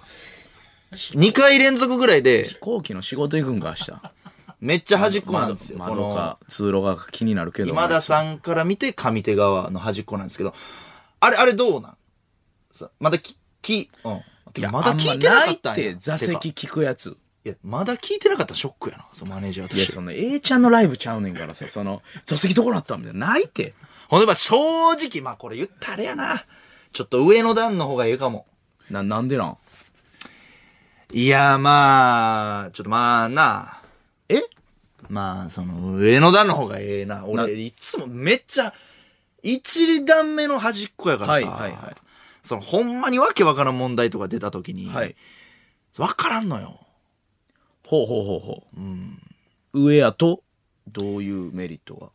?2 回連続ぐらいで、飛行機の仕事行くんか、明日。めっちゃ端っこなんですよ。こ窓の、か、通路が気になるけど。今田さんから見て上手側の端っこなんですけど、あれ、あれどうなんさまだき、き、うん。ていかや、まだ聞いてなかったあんんまなやいって、座て席か聞くやつ。いや、まだ聞いてなかったらショックやな、そのマネージャーといや、してそ。の、A ちゃんのライブちゃうねんからさ、その、座席どこなったみたいな。ないって。ほんで、まあ正直、まあこれ言ったらあれやな。ちょっと上の段の方がええかも。な、なんでなんいや、まあ、ちょっとまあな。えまあ、その、上の段の方がええな。な俺、いつもめっちゃ、一段目の端っこやからさ、はいはいはいその、ほんまにわけわからん問題とか出た時に、はい。わからんのよ。ほうほうほうほう。上やと、どういうメリットが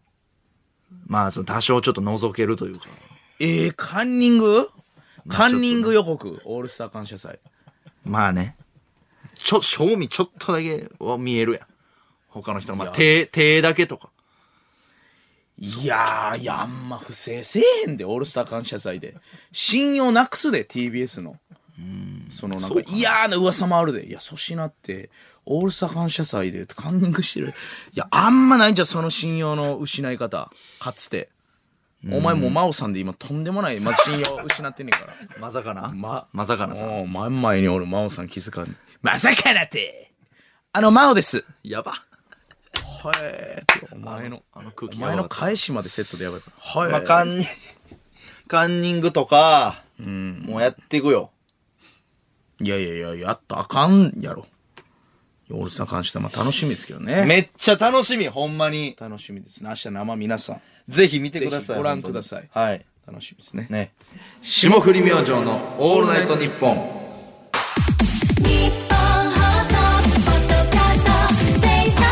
まあ、その、多少ちょっと覗けるというか。えー、カンニングカンニング予告、オールスター感謝祭。まあね。ちょ、正味ちょっとだけは見えるやん。他の人の、まあ、手、手だけとか。いやー、いや、あんま不正せえへんで、オールスター感謝祭で。信用なくすで、TBS の。そのなんか嫌な噂もあるで。いや、粗品って、オールスター感謝祭で、カンニングしてる。いや、あんまないんじゃん、その信用の失い方。かつて。お前もう真央さんで今とんでもない、ま、信用失ってんねんから。まさかなま、まさかなさ。おう真ん前におる真央さん気づかん、まさかなってあの真央です。やば。はいって。お前の、あの空気お前の返しまでセットでやばいから。はい。まあ、カンニ、カンニングとか、もうやっていくよ。いやいやいや、やったらあかんやろ。オールスター感謝まあ楽しみですけどね。めっちゃ楽しみ、ほんまに。楽しみですね。明日生皆さん、ぜひ見てくださぜい。ひご覧本当にくださいはい。楽しみですね。ね。霜降り明星のオールナイトニッポン。日本放送ポッドキャストステーショ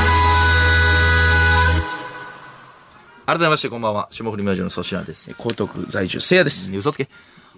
ン改めましてこんばんは。霜降り明星の粗品です。江東区在住、せいやです。嘘つけ。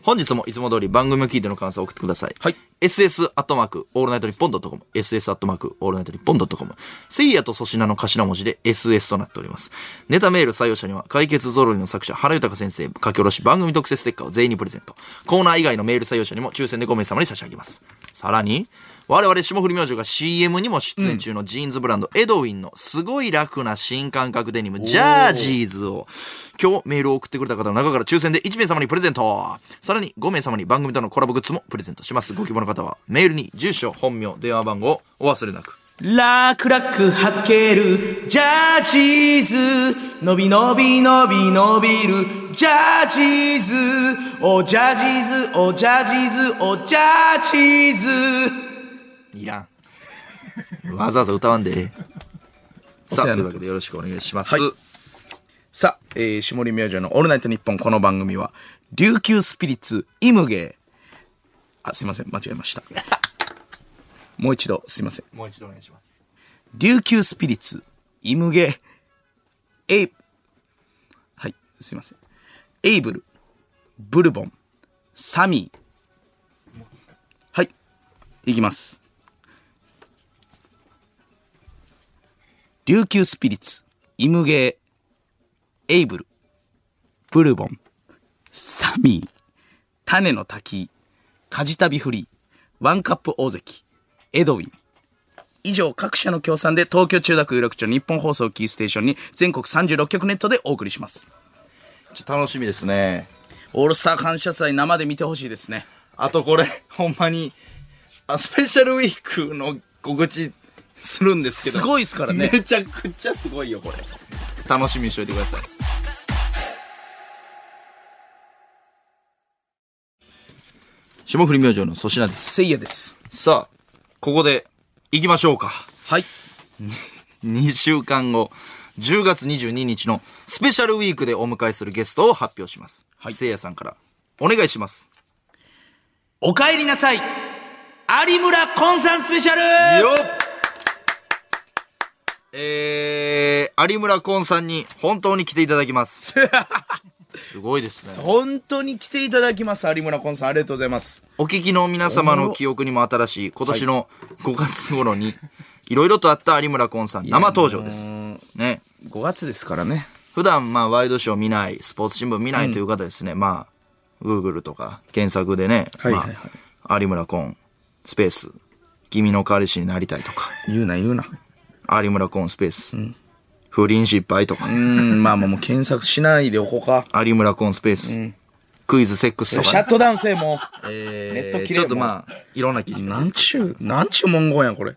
本日もいつも通り番組を聞いての感想を送ってください。はい。 ss アットマークオールナイトニッポンドットコム。ss アットマークオールナイトニッポンドットコム。せいやと粗品の頭文字で ss となっております。ネタメール採用者には解決ぞろりの作者原豊先生書き下ろし番組特設ステッカーを全員にプレゼント。コーナー以外のメール採用者にも抽選で5名様に差し上げます。さらに、我々霜降り明星が CM にも出演中のジーンズブランド、エドウィンのすごい楽な新感覚デニム、ジャージーズを今日メールを送ってくれた方の中から抽選で1名様にプレゼントさらに5名様に番組とのコラボグッズもプレゼントしますご希望の方はメールに住所本名電話番号をお忘れなくラクラクはけるジャージーズ。のびのびのびのびるジャージーズ。おジャージーズ、おジャージーズ、おジャージーズ。いらんわざわざ歌わんでええさお世あというわ話になってますけでよろしくお願いします、はいさあ、えー、下り明星のオールナイトニッポンこの番組は、琉球スピリッツ、イムゲー。あ、すいません、間違えま した。もう一度、すいません。もう一度お願いします琉球スピリッツ、イムゲー、エイ、はい、すいません。エイブル、ブルボン、サミー。はい、いきます。琉球スピリッツ、イムゲー、エイブル、ブルボン、サミー、種の滝、カジタビフリー、ワンカップ大関、エドウィン、以上各社の協賛で東京中学有楽町日本放送キーステーションに全国36局ネットでお送りしますちょっと楽しみですねオールスター感謝祭生で見てほしいですねあとこれほんまにあスペシャルウィークの告知するんですけどすごいですからねめちゃくちゃすごいよこれ楽しみにしといてください霜降り明星の粗品です。せいやです。さあ、ここで行きましょうか。はい。 2週間後、10月22日のスペシャルウィークでお迎えするゲストを発表します。はいせいやさんから、お願いします。お帰りなさい有村昆さんスペシャルよっえー、有村昆さんに本当に来ていただき ます。すごいですね。本当に来ていただきます有村昆さんありがとうございますお聞きの皆様の記憶にも新しい、今年の5月頃に、いろいろとあった有村昆さん、生登場です。ね。 5月ですからね普段まあワイドショー見ない、スポーツ新聞見ないという方ですね、まあ、Google とか検索でね、はいはいはいまあ、有村コン、スペース、君の彼氏になりたいとか、言うな言うな有村コン、スペース、不倫失敗とか、うんまあまあもう検索しないでおこうか有村コン、スペース、クイズセックスとシかね、ャットダウンせえもうえネット切れちょっとまあ、いろんな記事。なんちゅうなんちゅう文言やこれ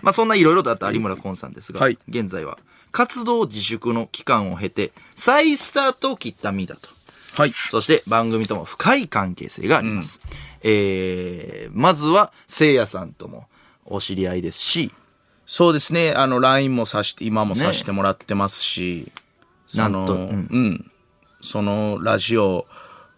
まあそんないろいろとあった有村コンさんですが、はい現在は活動自粛の期間を経て、再スタートを切った身だと。はいそして番組とも深い関係性があります。えー、まずは、せいやさんともお知り合いですし、そうですねあの LINE もさして今もさしてもらってますし、そのなんとううんん、そのラジオ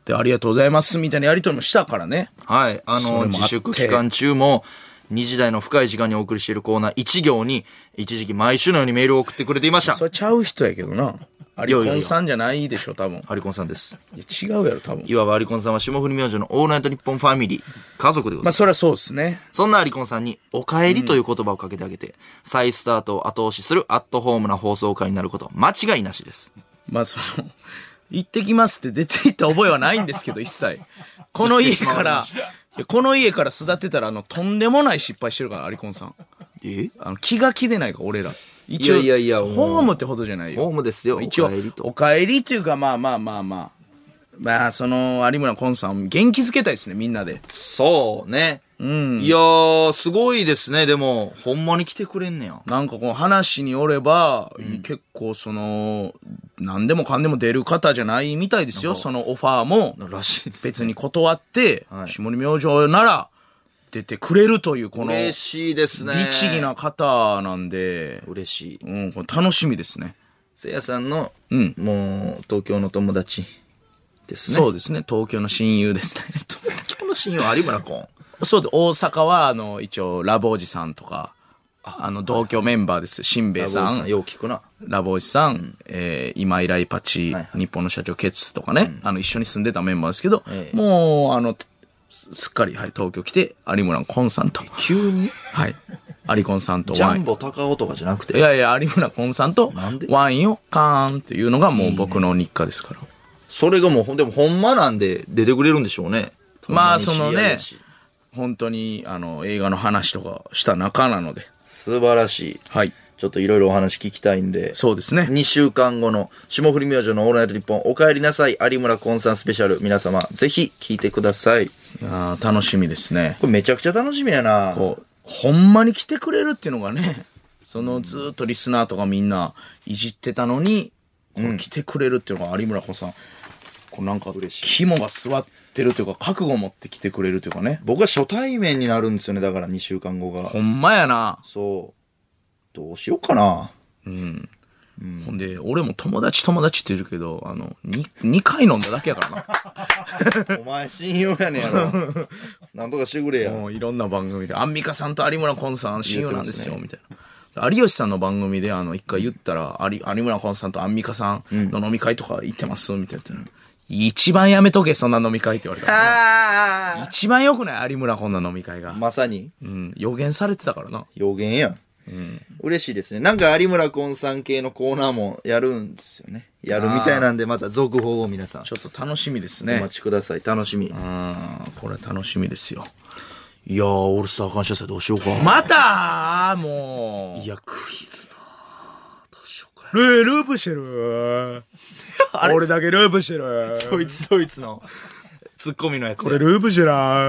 でありがとうございますみたいなやりとりもしたからねはい、あそれもの、あって自粛期間中も、2時台の深い時間にお送りしているコーナー1行に、一時期毎週のようにメールを送ってくれていましたそ。れちゃう人やけどな有やいや村昆さんじゃないでしょ多分アリコンさんです。いや違うやろ多分いわばアリコンさんは霜降り明星のオールナイトニッポンファミリー、家族でございますまあそれはそうですねそんなアリコンさんに、お帰りという言葉をかけてあげて、再スタートを後押しするアットホームな放送回になること、間違いなしです。まあその、行ってきますって出て行った覚えはないんですけど、一切。この家から、いやこの家から巣立てたら、あの、とんでもない失敗してるから、アリコンさん。えあの、気が気でないから、俺ら。一応、いやいやいやもうホームってほどじゃないよ。ホームですよ一応お帰りと、お帰りというか、まあまあまあまあ。まあ、その、有村昆さん、元気づけたいですね、みんなで。そうね。うん。いやー、すごいですね。でも、ほんまに来てくれんねや。なんかこの話によれば、結構その、何でもかんでも出る方じゃないみたいですよ、そのオファーも。らしいです、別に断って、下り明星なら出てくれるというこの嬉しいですね。律儀な。方なんで、嬉しい。うん、これ楽しみですねせいやさんの、んもう、東京の友達ですね。そうう。ですね東京の親友 ですね東京の親友、有村コン。そうで大阪はあの一応ラボおじさんとかあの同居メンバーですしんラべヱブさおじんよう聞くな。ラボおじさん、えー今井来パチ、はいはい日本の社長ケツとかね、あの一緒に住んでたメンバーですけど、ええもうあのすすっかり、はい、東京来て有村コンさ んと急にはいアリコンさんとジワャインンボ高尾とかじゃなくいて。やいや、有村昆さんとなんでワインをカーンっていうのがもう僕の日課ですから。それがもう、ほんでもほんまなんで出てくれるんでしょうね。まあそのね知り合いだし本当に、あの、映画の話とかした仲なので。素晴らしい。はい。ちょっといろいろお話聞きたいんで。そうですね。 2週間後の霜降り明星のオールナイトニッポンお帰りなさい有村昆さんスペシャル皆様ぜひ聞いてくださいこいやー楽しみですね。れめちゃくちゃ楽しみやなこう、ほんまに来てくれるっていうのがね、そのずーっとリスナーとかみんないじってたのに、こう来てくれるっていうのが有村昆さん。こうなんか、肝が座ってるというか、覚悟を持って来てくれるというかね。僕は初対面になるんですよねだから2週間後がほんまやな。そうどうしようかなほんで、俺も友達友達って言うけど、あの、に2回飲んだだけやからな。お前親友やねんや ろなんとかしてくれやもういろんな番組で、アンミカさんと有村昆さん親友なんですよ、言みたいな。有吉さんの番組で、あの、一回言ったら、有有村昆さんとアンミカさんの飲み会とか行ってます、みたいな。一番やめとけ、そんな飲み会って言われた。あ一番良くない有村昆の飲み会があ。まさにうん、予言されてたからな。予言やん嬉しいですねなんか有村昆さん系のコーナーもやるんですよねやるみたいなんでまた続報を皆さんちょっと楽しみですおね待。ちください楽しみうん、これは楽しみですよ。いやー、オールスター感謝祭どうしようか。またもういや、クイズなどうしようか。ルループして る俺だけループしてるそいつドイツの、ツッコミのやつ。こ俺、ループしてな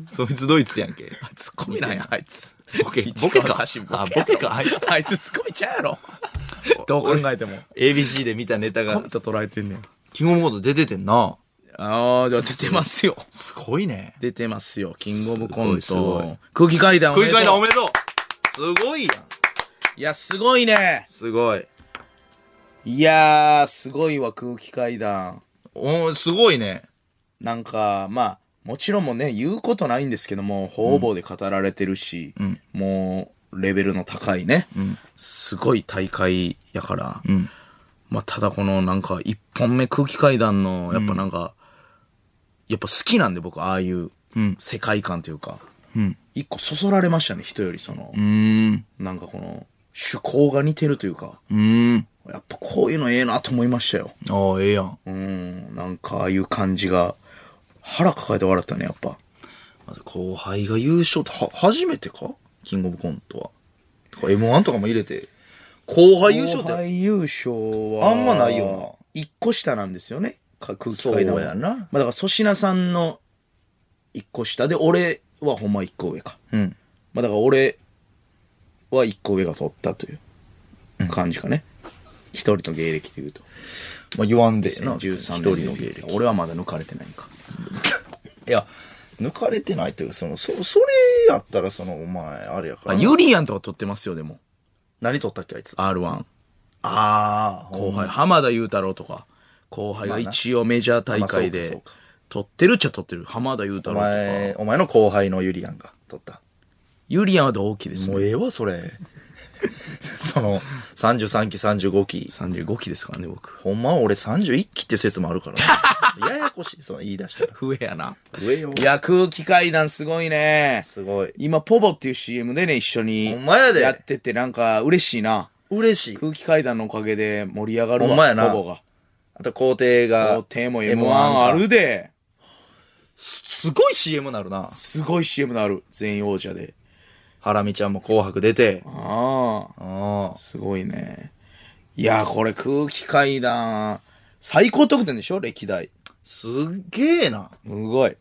いそいつドイツやんけ。ツッコミなんや、あいつ。 ボケ、一ボケ番か最。初あ、ボケボケか。あいつ あいつツッコミちゃうやろ。 どう考えても。 ABC で見たネタコがミ、と捉えてんねん。キングオブコント出ててんな。ああ、じゃあ出てますよ。すごいね。 出てますよ。キングオブコンすごいすごいト。空気階段おめ空で気階とう段おめでとうすごいやん。いや、すごいね。すごい。いやー、すごいわ、空気階段。おすごいね。なんか、まあ、もちろんもうね、言うことないんですけども、方々で語られてるし、もう、レベルの高いね、すごい大会やから、まあ、ただこのなんか、一本目空気階段の、やっぱなんか、やっぱ好きなんで僕、ああいう世界観というか、一個そそられましたね、人よりその、うーん。なんかこの、趣向が似てるというか、うーん。やっぱこういうのええなと思いましたよ。ああ、ええやん。うん、なんかああいう感じが、腹抱えて笑ったね、やっぱ。まず後輩が優勝って、は、初めてかキングオブコントは。とか M1 とかも入れて。後輩優勝っ後て。輩優勝は、あんまないよな。一個下なんですよね、か空気階段は。そうやなまあだから粗品さんの一個下で、俺はほんま一個上か。うん。まあだから俺は一個上が取ったという感じかね。一人の芸歴でいうと。まあ言わんでえな。 13一年人の芸歴。俺はまだ抜かれてないんか。いや、抜かれてないというか、その、そ、それやったら、その、お前、あれやかあ、ら。ユリアンとか取ってますよ、でも。何取ったっけ、あいつ。あ R1。あー、後輩、浜田雄太郎とか、後輩が一応メジャーまあ大会なまあそでうかそうか、取ってるっちゃ取ってる。浜田雄太お郎とか。前、お前の後輩のユリアンが取った。ユリアンは同期ですもね。うええわ、それ。 その、33期、35期。 35期ですからね、僕。ほんまは俺31期って説もあるから。ややこしい、その言い出したら。上やな。上よいや、空気階段すごいね。すごい。今、ポボっていう CM でね、一緒に。ほんまやでやってて、なんか、嬉しいな。嬉しい。空気階段のおかげで盛り上がるわ。ほんまやなポボが。あと、皇帝が。おテーも M1 M1 かあるで。すごい CM なるな。すごい CM のある。全員王者で。ハラミちゃんも紅白出て。ああ。ああ。すごいね。いや、これ空気階段、最高得点でしょ歴代。すっげえな。すごい。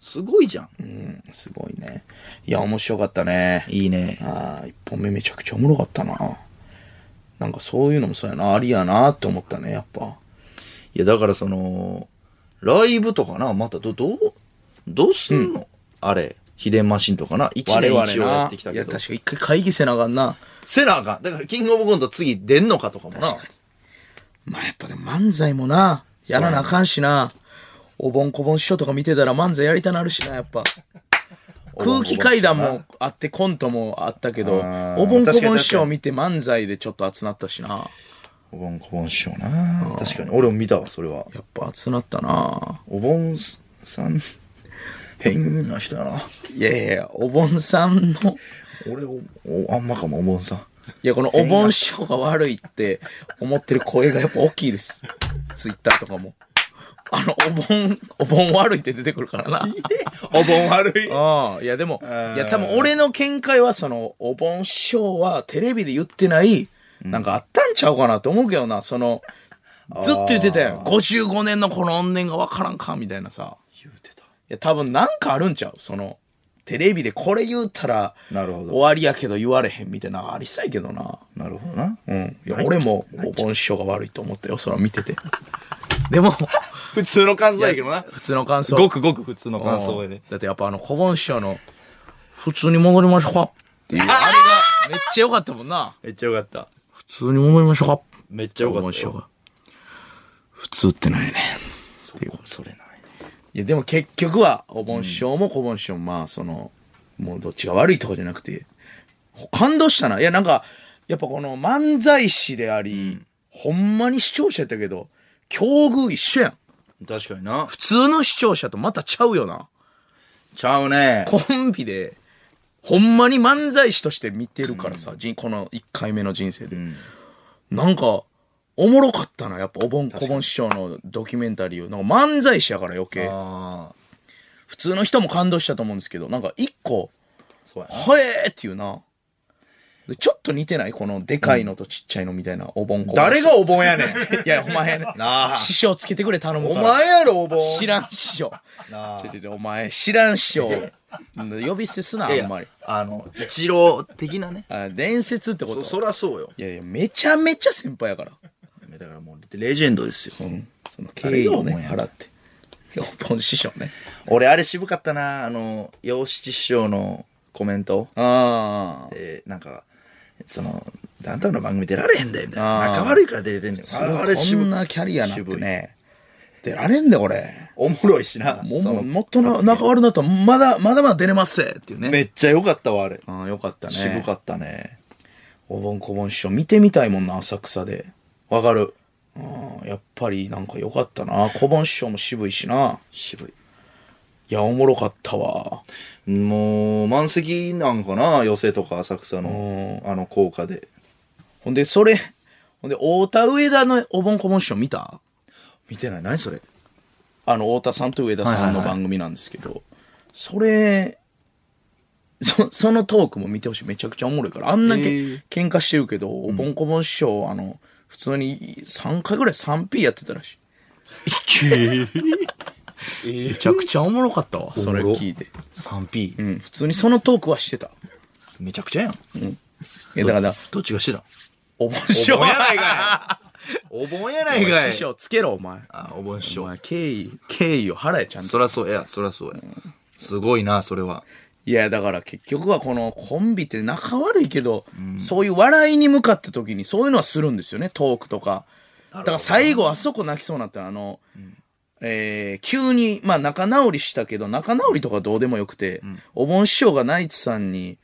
すごいじゃん。うん、すごいね。いや、面白かったね。いいね。ああ、一本目めちゃくちゃおもろかったな。なんかそういうのもそうやな。ありやなって思ったね、やっぱ。いや、だからその、ライブとかな、またど、どう、どうすんの、あれ、秘伝マシンとかな、一我年々な。一応やってきたいけや、ど。確か一回会議せなあかんな。せなあかん。だから、キングオブコント次出んのかとかもな。まあやっぱでも漫才もな、やらなあかんしな。おぼんこぼん師匠とか見てたら漫才やりたなるしな、やっ ぱ。空気階段もあってコントもあったけどあ、ーおぼんこ確かぼにん師匠見て漫才でちょっと熱なったしな。お盆こぼん師匠な。確かに。俺も見たわ、それは。やっぱ熱なったな。お盆さん、変な人やな。いやいやいや、おぼんさんの、俺お、おあんまかも、お盆さん。いやこのおぼん師匠が悪いって思ってる声がやっぱ大きいです。ツイッターとかも。あの、おぼん、おぼん悪いって出てくるからな。 お盆悪い。ああ、いやでも、いや多分俺の見解はその、お盆師匠はテレビで言ってない、なんかあったんちゃうかなと思うけどな、その、ずっと言ってたよ。55年のこの怨念がわからんか、みたいなさ。言うてた。いや多分なんかあるんちゃうその、テレビでこれ言うたら、なるほど終わりやけど言われへんみたいなのありそうやけどな。なるほどな。うん。いや、俺もお盆師匠が悪いと思ったよ、それは見て て。でも、普通の感想やけどな。普通の感想。ごくごく普通の感想うやんで。だってやっぱあの、小盆師匠の、普通に戻りましょうかっていう、あれがめっちゃ良かったもんな。めっちゃよかった。普通に戻りましょうか。めっちゃよか小っ盆た師匠よ。が。普通ってないね。そていうこ、それない。いや、でも結局は、お盆師匠も小盆師匠も、まあ、その、もうどっちが悪いとかじゃなくて、感動したな。いや、なんか、やっぱこの漫才師であり、ほんまに視聴者やったけど、境遇一緒やん。確かにな。普通の視聴者とまたちゃうよな。ちゃうね。コンビで、ほんまに漫才師として見てるからさ、人この1回目の人生で。なんか、おもろかったな、やっぱ、おぼん、こぼん師匠のドキュメンタリーを。なんか漫才師やから余計。ああ、普通の人も感動したと思うんですけど、なんか一個、そうやな。はえーっていうな。でちょっと似てないこのでかいのとちっちゃいのみたいな、おぼんこぼん。誰がお盆や ねん。いや、お前ねなあ。師匠つけてくれ頼むおから。前やろ、お盆。知らん師匠。なあちょちょちょお前、知らん師匠。呼び捨てすな、いやいあやんまり。あの、一郎的なね。あ伝説ってことそ、そらそうよ。いやいや、めちゃめちゃ先輩やから。だからもう、レジェンドですよ。その敬意をね、誰が思う払んやって。ヨポン師匠ね。俺、あれ渋かったな。あの、洋七師匠のコメント。ああ。で、なんか、その、ダウンタウンの番組出られへんだよ、みたいな。あー仲悪いから出れてんねん。あれこ渋んなキャリアなんてね、出られんだよ、これ。おもろいしな。もそのうもっとな仲悪なったら、まだ、まだまだ出れますぜっていうね。めっちゃ良かったわ、あれ。ああ、よかったね。渋かったね。おぼんこぼん師匠、見てみたいもんな、浅草で。わかる。うん、やっぱりなんかよかったな。こぼん師匠も渋いしな。渋いや、おもろかったわ。い。もう、満席なんかな、寄席とか浅草の、あの、効果で。ほんで、それ、ほんで、太田上田のおぼんこぼん師匠見た見てない。何それ。あの、太田さんと上田さんの番組なんですけど、それ、そ、そのトークも見てほしい。めちゃくちゃおもろいから。あんなけ、へー喧嘩してるけど、おぼんこぼん師匠、あの、普通に3回ぐらい 3P やってたらしい。めちゃくちゃおもろかったわ。それ聞いて。 3P、うん、普通にそのトークはしてた。めちゃくちゃやん。いや、だから、どっちがしてたんおぼん師匠お盆やないかお盆やないかい。師匠つけろ、お前。あ、お盆師お匠。前、敬意、敬意を払え、ちゃんと。そらそうや、そらそうや。すごいな、それは。いや、だから結局はこのコンビって仲悪いけど、そういう笑いに向かった時にそういうのはするんですよね、トークとか。だから最後あそこ泣きそうになったのあの、えー急に、まあ仲直りしたけど、仲直りとかどうでもよくて、お盆師匠がナイツさんに、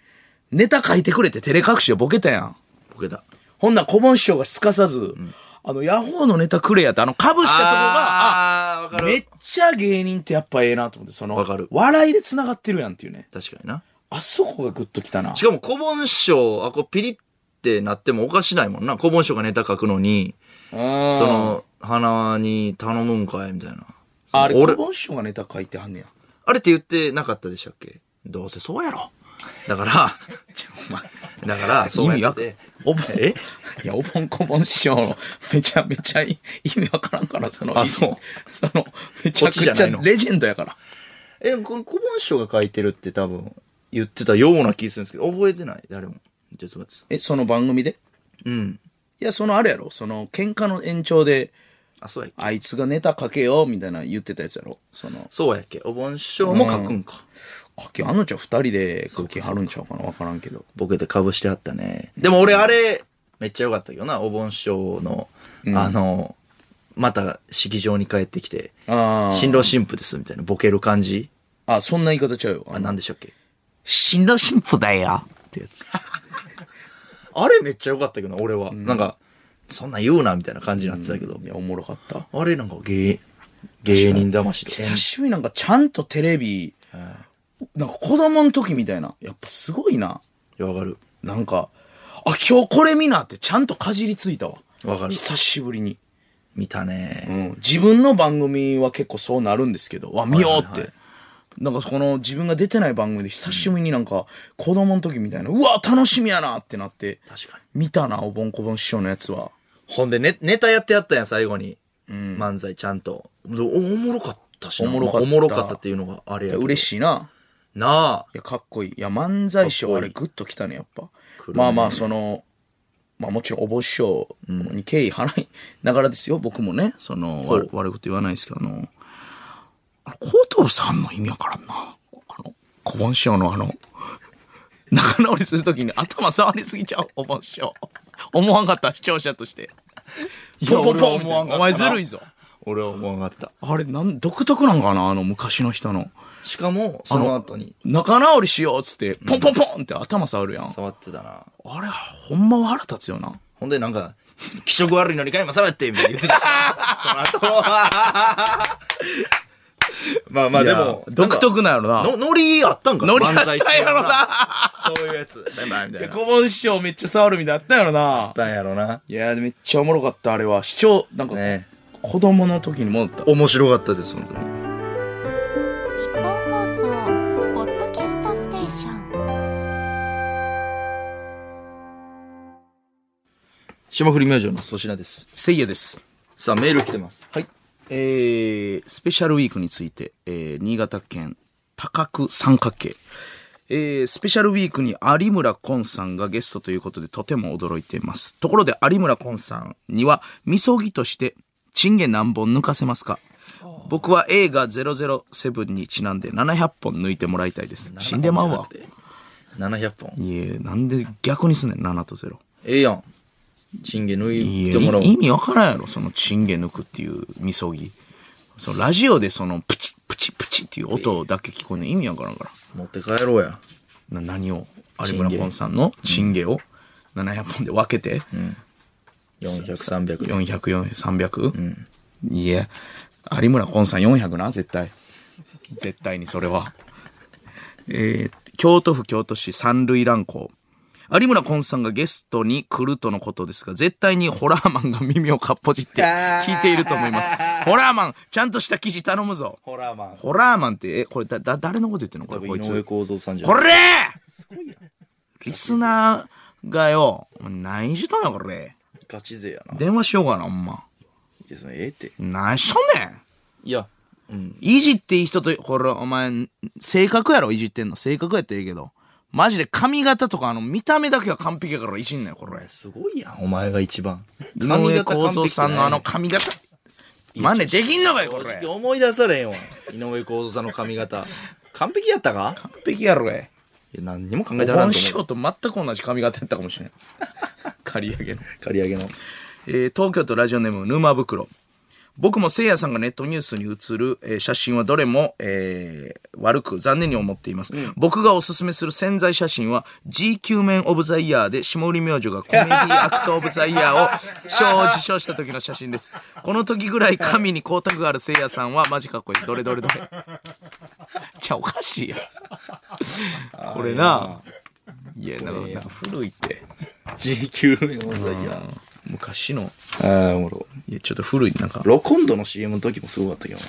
ネタ書いてくれって照れ隠しでボケたやん。ボケだ。ほんなら小盆師匠がすかさず、あの、ヤホーのネタくれやって、あの、かぶしたとこが、ああー、わかめる。っちゃ芸人ってやっぱええなと思って、その、わかる笑いで繋がってるやんっていうね。確かにな。あそこがグッときたな。しかも、小盆師匠、あ、こうピリってなってもおかしないもんな。小盆師匠がネタ書くのに、そ、その、花に頼むんかいみたいな。あれ、俺小盆師匠がネタ書いてはんねや。あれって言ってなかったでしたっけどうせそうやろ。だから、 だから、そう意味やわっかんて。お盆、えいや、お盆小盆師匠の、めちゃめちゃい意味わからんから、その、。あそうその、めちゃくこっちじちゃゃないのレジェンドやから。え、この小本師匠が書いてるって多分言ってたような気するんですけど、覚えてない誰も。ちょっと待ってえ、その番組でうん。いや、そのあれやろ、その、喧嘩の延長で、あ、そうやっけ。あいつがネタ書けよ、みたいな言ってたやつやろ。その、そうやっけ。お盆師匠も書くんか。書きあんのちゃう二人で書きはるんちゃうかなわからんけど。ボケてかぶしてあったね。でも俺あれ、めっちゃ良かったけどな、お盆師匠の、あの、また式場に帰ってきて、あ新郎新婦ですみたいな、ボケる感じ。あ。あ、そんな言い方ちゃうよ。あ、あのなんでしたっけ新郎新婦だよ。ってやつ。あれめっちゃ良かったけどな、俺は。なんか、そんなん言うな、みたいな感じになってたけど。いや、おもろかった。あれなんか芸、芸人魂とか。久しぶりなんかちゃんとテレビ、なんか子供の時みたいな。やっぱすごいな。いやわかる。なんか、あ、今日これ見なってちゃんとかじりついたわ。わかる久しぶりに。見たね。うん。自分の番組は結構そうなるんですけど、わ、見ようって。なんかこの自分が出てない番組で久しぶりになんか子供の時みたいな、うわ、楽しみやなってなって、確かに。見たな、おぼんこぼん師匠のやつは。ほんで、ね、ネタやってやったやん、最後に。漫才ちゃんと。でおおもろかったしな。おもろかっおたもろかったっていうのがあれいやけや、ど。嬉しいな。ないや、かっこいい。いや、漫才師かっ匠、こいあいれ、グッときたね、やっぱ。るねまあまあ、その、まあもちろん、お坊師匠に敬意払いながらですよ、僕もね。その、わ悪いこと言わないですけど、あの、あのコトーさんの意味わからんな。あの、小盆師匠のあの、 仲直りするときに頭触りすぎちゃう、 お盆師匠。思わんかった、視聴者として。やポンポンポン俺は思わんかったなお前ずるいぞ。あ。俺は思わなかっあれ、なん、独特なんかな、あの、昔の人の。た。しかも、その後に仲直りしようっつって、ポンポンポンって頭触るやん。触ってたな。あれ、ほんまは腹立つよな。ほんで、なんか、気色悪いのにか今触ってみたいな言 ってたし。その後。まあまあ、でも、独特なやろな。の、ノリあったんかノリあったんや漫ろ才中な。そういうやつ。バイバイみたいな。あっ小盆師匠めっちゃ触るみたいなあったんやろな。たんやろな。いや、めっちゃおもろかった、あれは。視聴、なんか、ね子供の時に戻った。面白かったです、本当に。日本放送ポッドキャストステーション霜降り明星の粗品です。せいやです。さあ、メール来てます。はい。えー、スペシャルウィークについて、えー、新潟県高久三角形。えー、スペシャルウィークに有村昆さんがゲストということでとても驚いています。ところで有村昆さんには、みそぎとして、チンゲ何本抜かせますか僕は映画007にちなんで700本抜いてもらいたいです。死んでまうわ。 700本いえ、なんで逆にすんねん、7と0。ええやんチンゲ抜いいやてもらおうい意味わからんやろ、そのチンゲ抜くっていうみそぎ。そのラジオでそのプチプチプチっていう音だけ聞こえるの意味わからんから。持って帰ろうやな何を有チンゲ村コンさんのチンゲを700本で分けて、 400300 400300、いや有村コンさん400な絶対絶対にそれはえー京都府京都市三塁蘭校有村コンさんがゲストに来るとのことですが絶対にホラーマンが耳をかっぽじって聞いていると思いますホラーマンちゃんとした記事頼むぞホラーマンホラーマンってえこれだだ誰のこと言ってんのこれこい井つ上公造さんじゃこんれリスナーがよ、お前何しとんやこれ。ガチ勢やない電話しようかな、ほんま。やそのええって何しとんねんいやいじっていい人と、これ、お前、性格やろ、いじってんの。性格やったらええけど。マジで髪型とか、あの、見た目だけは完璧やから、いじんなよ、これ。すごいやんお前が一番井上公造さんのあの髪型、真似できんのかよ、こ正れ直。思い出されへんわ井上公造さんの髪型完璧やったか完璧やろ、これ。いや何にも考えてなか本った仕と思う事全く同じ髪型やったかもしれん。刈り上げの。刈り上げのえー東京都ラジオネーム沼袋僕もせいやさんがネットニュースに映る、えー写真はどれも、えー悪く残念に思っています、僕がおすすめする潜在写真は GQ 面オブザイヤーで下売り明星がコメディアクトオブザイヤーを賞を受賞した時の写真ですこの時ぐらい神に光沢があるせいやさんはマジかっこいいどれどれどれじゃあおかしいやんこれないやなんか古いって GQ の問題や昔のああおもろいやちょっと古いなんかロコンドの CM の時もすごかったけどな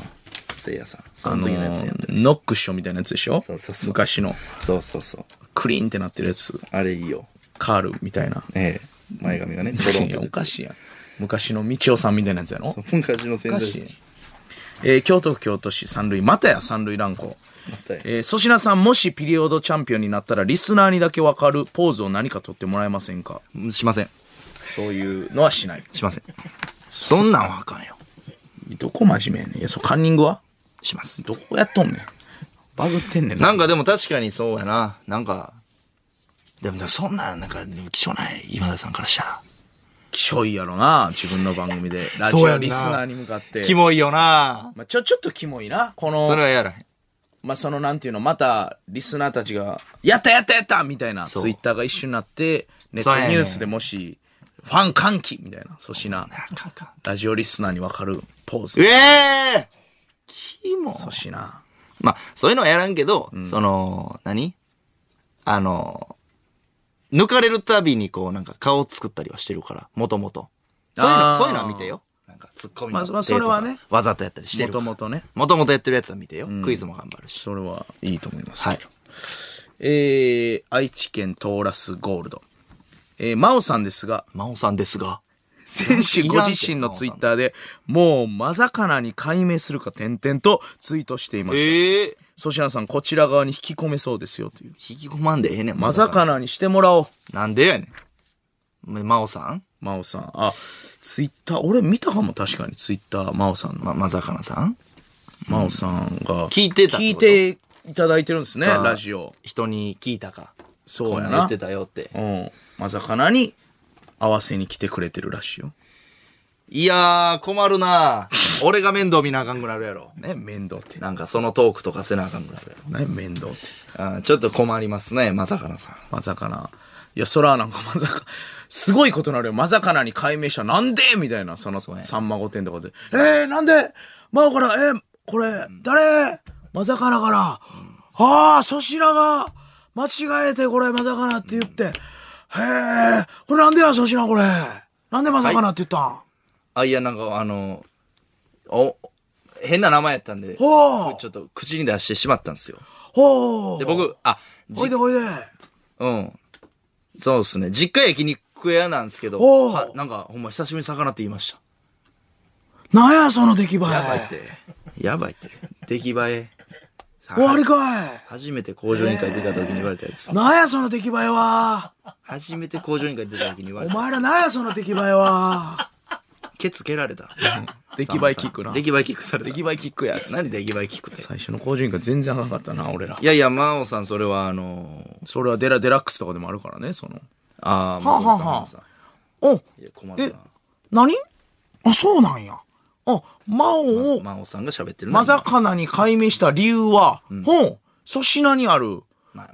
せいやさんそあのの時のやつやってーノックションみたいなやつでしょそうそうそう昔のそうそうそうクリーンってなってるやつあれいいよカールみたいなええ前髪がねドロンいとやお出てかしいやん昔の道夫さんみたいなやつやろそう昔のお宣か材しい師やんえー京都府京都市三塁またや三塁乱行たやえー粗品さんもしピリオドチャンピオンになったらリスナーにだけわかるポーズを何か取ってもらえませんかしません。そういうのはしないしません。そんなんはあかんよ。どこ真面目やねんいやそうカンニングはします。どこやっとんねんバグってんねんなんかでも確かにそうやな。なんか、でもでもそんなん、なんか、気性ない、今田さんからしたら。きしょいやろな自分の番組でラジそうやんなオリスナーに向かってキモいよな。まあ、ちょ、ちょっとキモいな。この、それはやらへん。まあ、そのなんていうの、また、リスナーたちが、やったやったやったみたいな、ツうイッターが一緒になって、ネッそうやトねんニュースでもし、ファン歓喜みたいな、粗品。あかんあかん。ラジオリスナーにわかるポーズ。ええキモ。粗品。まあ、そういうのはやらんけど、その、何あの、抜かれるたびにこう、なんか顔作ったりはしてるから、もともと。そういうあの、ーそういうのは見てよ。なんか、ツッコミのまあまあそれはね手とかわざとやったりしてもるから。ともとね。もともとやってるやつは見てよ。クイズも頑張るし。それはいいと思います。はい。えー、愛知県トーラスゴールド。えー、真央さんですが、真央さんですが。選手ご自身のツイッターで、もうまさかなに解明するか点々とツイートしていました。ええ粗品さん、こちら側に引き込めそうですよという。引き込まんでええねん。まさかなにしてもらおう。なんでやねん。ま真央さん真央さん。あ、ツイッター、俺見たかも確かにツイッター、真央さんの。ま、まさかなさん真央さんが。聞いてたってこと聞いていただいてるんですね、あーラジオ。人に聞いたか。そうやこんん言っなて。たよって。うん。まさかなに合わせに来てくれてるらしいよ。いやー、困るな俺が面倒見なあかんくなるやろ。ね、面倒って。なんかそのトークとかせなあかんくなるやろ。ね、面倒って。あーちょっと困りますね、まさかなさん。まさかな。いや、そらなんかまさか、すごいことになるよ。まさかなに解明した。なんでみたいな、その、さんま御殿とかで。えー、なんで真央から、えー、これ、誰まさかなから。ああ、そしらが、間違えてこれ、まさかなって言って。へえ、これなんでや、そしらこれ。なんでまさかなって言ったん、あ、いや、なんかあの、お、変な名前やったんで、ちほうょっと口に出してしまったんですよ。ほうで、僕、あ、おじ、いでおいで。うん。そうですね。実家焼肉屋なんですけど、おうはなんかほんま久しぶりに魚って言いました。なんや、その出来栄え。やばいって。やばいって。出来栄え。終わりかい。初めて工場委員会出た時に言われたやつ。なんや、その出来栄えは。初めて工場委員会出た時に言わおれた。前らなんやその出来栄えは。ケツ蹴られた。 出来栄えキックな出来栄えキックされ出た来。栄えキックやつ。何出来栄えキックって。最初の工場員が全然あかんかったな、俺らい。やいや、真央さん、それはあのー、それはデラデラックスとかでもあるからね、その。ああ、松本さん、はあはあ松本さん。おいや、困るえな。、何あ、そうなんや。あ、魔王を真央さんが喋ってるなまざかなに解明した理由は、ほう、粗品にある。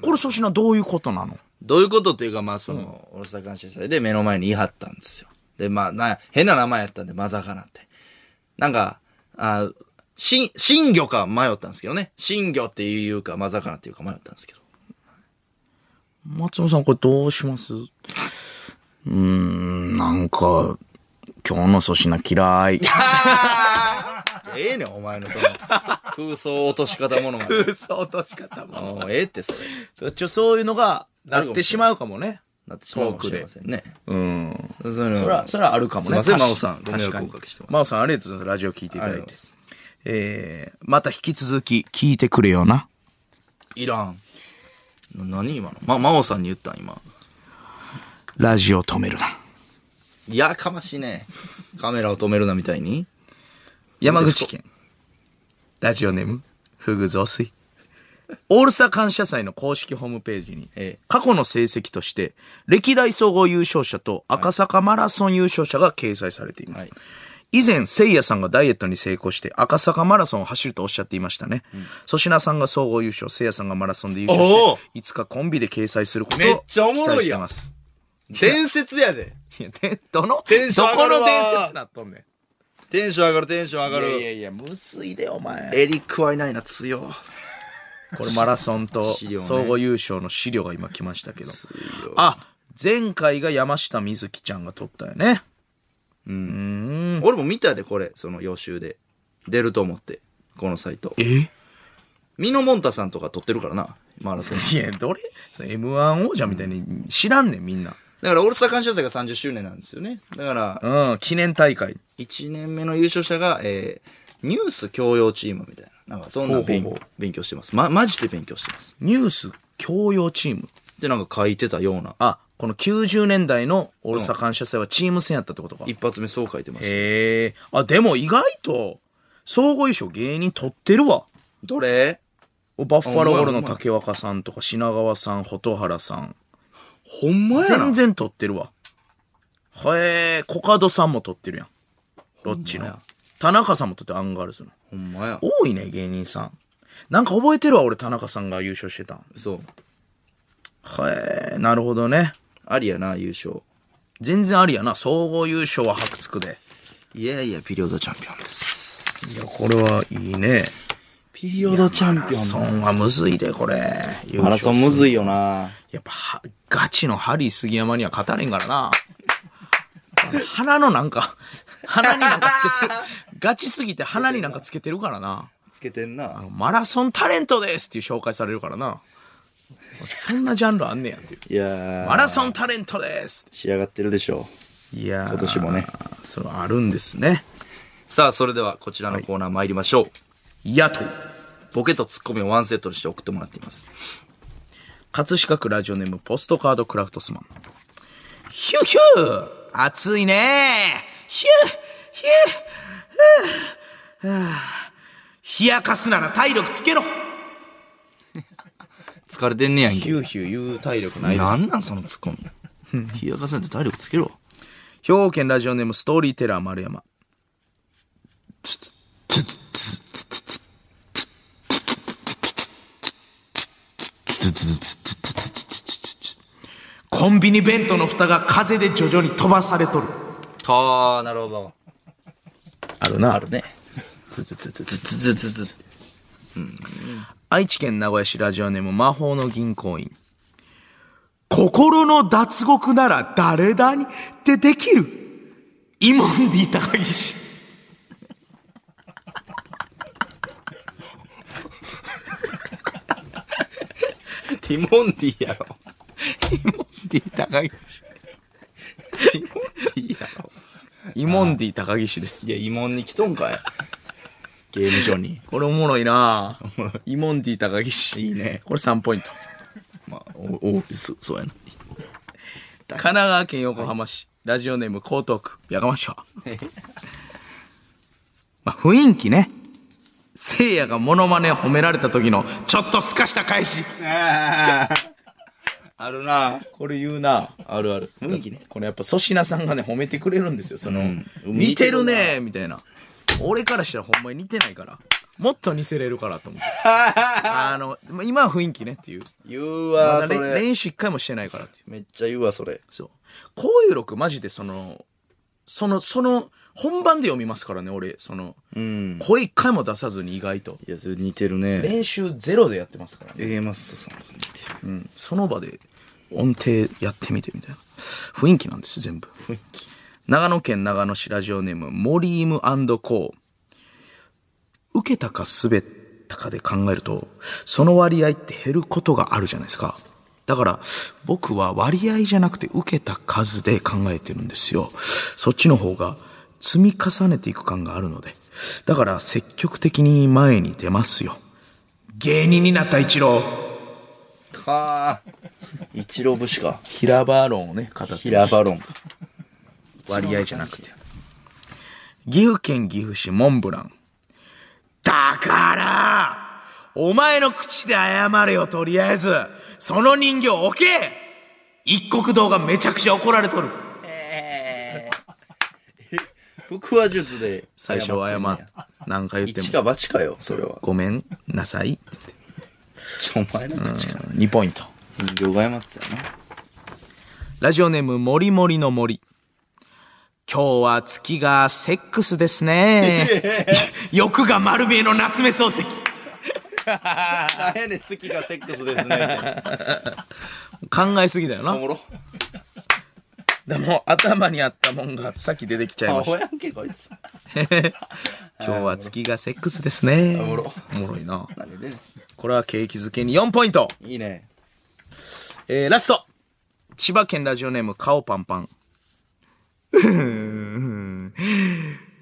これ粗品どういうことなのどういうことっていうか、まあ、その、大阪感謝祭で目の前に言い張ったんですよ。で、まあ、な、変な名前やったんで、まさかなって。なんか、あ新、新魚か迷ったんですけどね。新魚っていうか、まさかなっていうか迷ったんですけど。松本さん、これどうしますうーん、なんか、今日の粗品嫌 い。ええねん、お前のその、空想落とし方ものまで。 そう、落とし方も。もうええって、それ。ちょ、そういうのが、なってしまうかもね。なってしまうかもしれませんね。うん。それそれは、それはあるかもね。すいません確か真に央さんご迷惑確にをおかけしてます真央さん、ありがとうございます。ラジオ聞いていたあだりいがとうごてざいます。えー、また引き続き聞いてくれよな。いらん。な何今のま、真央さんに言ったん今。ラジオ止めるな。いやかましい ね。カメラを止めるなみたいに。山口県。ラジオネーム、フグ増水。オールスター感謝祭の公式ホームページにええ、過去の成績として、歴代総合優勝者と赤坂マラソン優勝者が掲載されています。はい以前、せいやさんがダイエットに成功して赤坂マラソンを走るとおっしゃっていましたね。粗、品さんが総合優勝、せいやさんがマラソンで優勝おおして、いつかコンビで掲載することをめっちゃおもろいやん期待してます。伝説やで。いや、でどの、テンショどン上がこるわの伝説なっとんねテンション上がる、テンション上がん。いやる。いやいや、むずいで、お前。エリックはいないな、強。これマラソンと資料ね総合優勝の資料が今来ましたけど。あ、前回が山下美月ちゃんが取ったよね。俺も見たで、これ、その予習で。出ると思って、このサイト。えミノモンタさんとか撮ってるからな、マラソ ン。いや、どれそれ ?M1 王者みたいに知らんねん、みんな。だから、オールスター感謝祭が30周年なんですよね。だから、うん、記念大会。 1年目の優勝者が、えー、ニュース教養チームみたいな。なんか、そんなほうほう勉ほう勉強してます。ま、マジで勉強してます。ニュース教養チーム。で、なんか書いてたような。あ、この90年代のオールスター感謝祭はチーム戦やったってことか。一発目そう書いてました。へえ。あ、でも意外と、総合優勝芸人取ってるわ。どれバッファローゴールお前おの前竹若さんとか品川さん、蛍原さん。ほんまやな。全然撮ってるわ。へえ、コカドさんも撮ってるやん。ロッチの。田中さんも撮ってるアンガールズの。ほんまや。多いね、芸人さん。なんか覚えてるわ、俺、田中さんが優勝してたん。そう。へえ、なるほどね。ありやな、優勝。全然ありやな、総合優勝は白つくで。いやいや、ピリオドチャンピオンです。いや、これはいいね。ピリオドチャンピオンマラソンはむずいで、これ。マラソンむずいよな。やっぱは、ガチのハリー杉山には勝たれんからな。あの鼻のなんか、鼻になんかつけてる。ガチすぎて鼻になんかつけてるからな。つけてんな。マラソンタレントですっていう紹介されるからな。そんなジャンルあんねやっていう。いやーマラソンタレントです仕上がってるでしょいやー今年もね。それはあるんですね。う。さあ、それではこちらのコーナー参りましょう。やと。ボケとツッコミをワンセットにして送ってもらっています。葛飾区ラジオネームポストカードクラフトスマン。ヒューヒュー暑いねヒューヒューふうふう冷やかすなら体力つけろ 疲れてんねやんヒけ。ューヒュー言う体力ないでなんす。なんそのツッコミ。冷やかせんって体力つけろ。兵庫県ラジオネームストーリーテラー丸山。コンビニ弁当の蓋が風で徐々に飛ばされとる。はあ、なるほど。あるな。あるね。つつつつつつつつつ。愛知県名古屋市ラジオネーム魔法の銀行員。心の脱獄なら誰だにってできる。イモンディ高岸。ティモンディやろ。イモンディ高岸。ティモンディやろ。イモンディ高岸ですい。や、慰問に来とんかい。ゲーム所に。これおもろいな イモンディ高岸。いいね。これ3ポイント。まあ、お、お、そそうやな。神奈川県横浜市、ラジオネーム、江東区、やかましょう。 まあ、雰囲気ね。せいやがモノマネ褒められた時の、ちょっとすかした返 し。あるなこれ言うな。あるある。雰囲気ね。これやっぱ粗品さんがね、褒めてくれるんですよ。その、似似ててるるなねみたいな。俺からしたらほんまに似てないから。もっと似せれるから と思って。あの、まあ今は雰囲気ねっていう。言うまわ、だそれれ。練習一回もしてないからっていう。めっちゃ言うわ、それ。そう。こういう録マジでその、その、その、本番で読みますからね、俺、その、うん。声一回も出さずに意外と。いや、それ似てるね。練習ゼロでやってますからね。 A マストさんと似てる。うん。その場で音程やってみてみたいな。雰囲気なんですよ、全部。長野県長野市ラジオネーム、モリームコー。受けたか滑ったかで考えると、その割合って減ることがあるじゃないですか。だから、僕は割合じゃなくて受けた数で考えてるんですよ。そっちの方が積み重ねていく感があるので。だから積極的に前に出ますよ。芸人になった一郎。はあ。一郎節か。平場論をね、語ってました平バロンか。割合じゃなくて。岐阜県岐阜市モンブラン。だからお前の口で謝れよ、とりあえずその人形置け一国道がめちゃくちゃ怒られとる腹話術で。最初謝まっ、何回言って一も。か八かよ、それは。ごめんなさいっつって。ちょ、お前なんか近い。 2ポイント。人形が謝ってたよな。ラジオネーム、もりもりの森。今日は月がセックスで すね。欲が丸見えの夏目漱石。あ、変で月がセックスですね みたいな。考えすぎだよなお。もろ。でも頭にあったもんがさっき出てきちゃいアましホた。やんけ、こいつ。今日は月がセックスですね。おもろ。おもろいな。何でねこれは景気づけに4ポイント。いいね。えー、ラスト千葉県ラジオネーム、顔パンパン。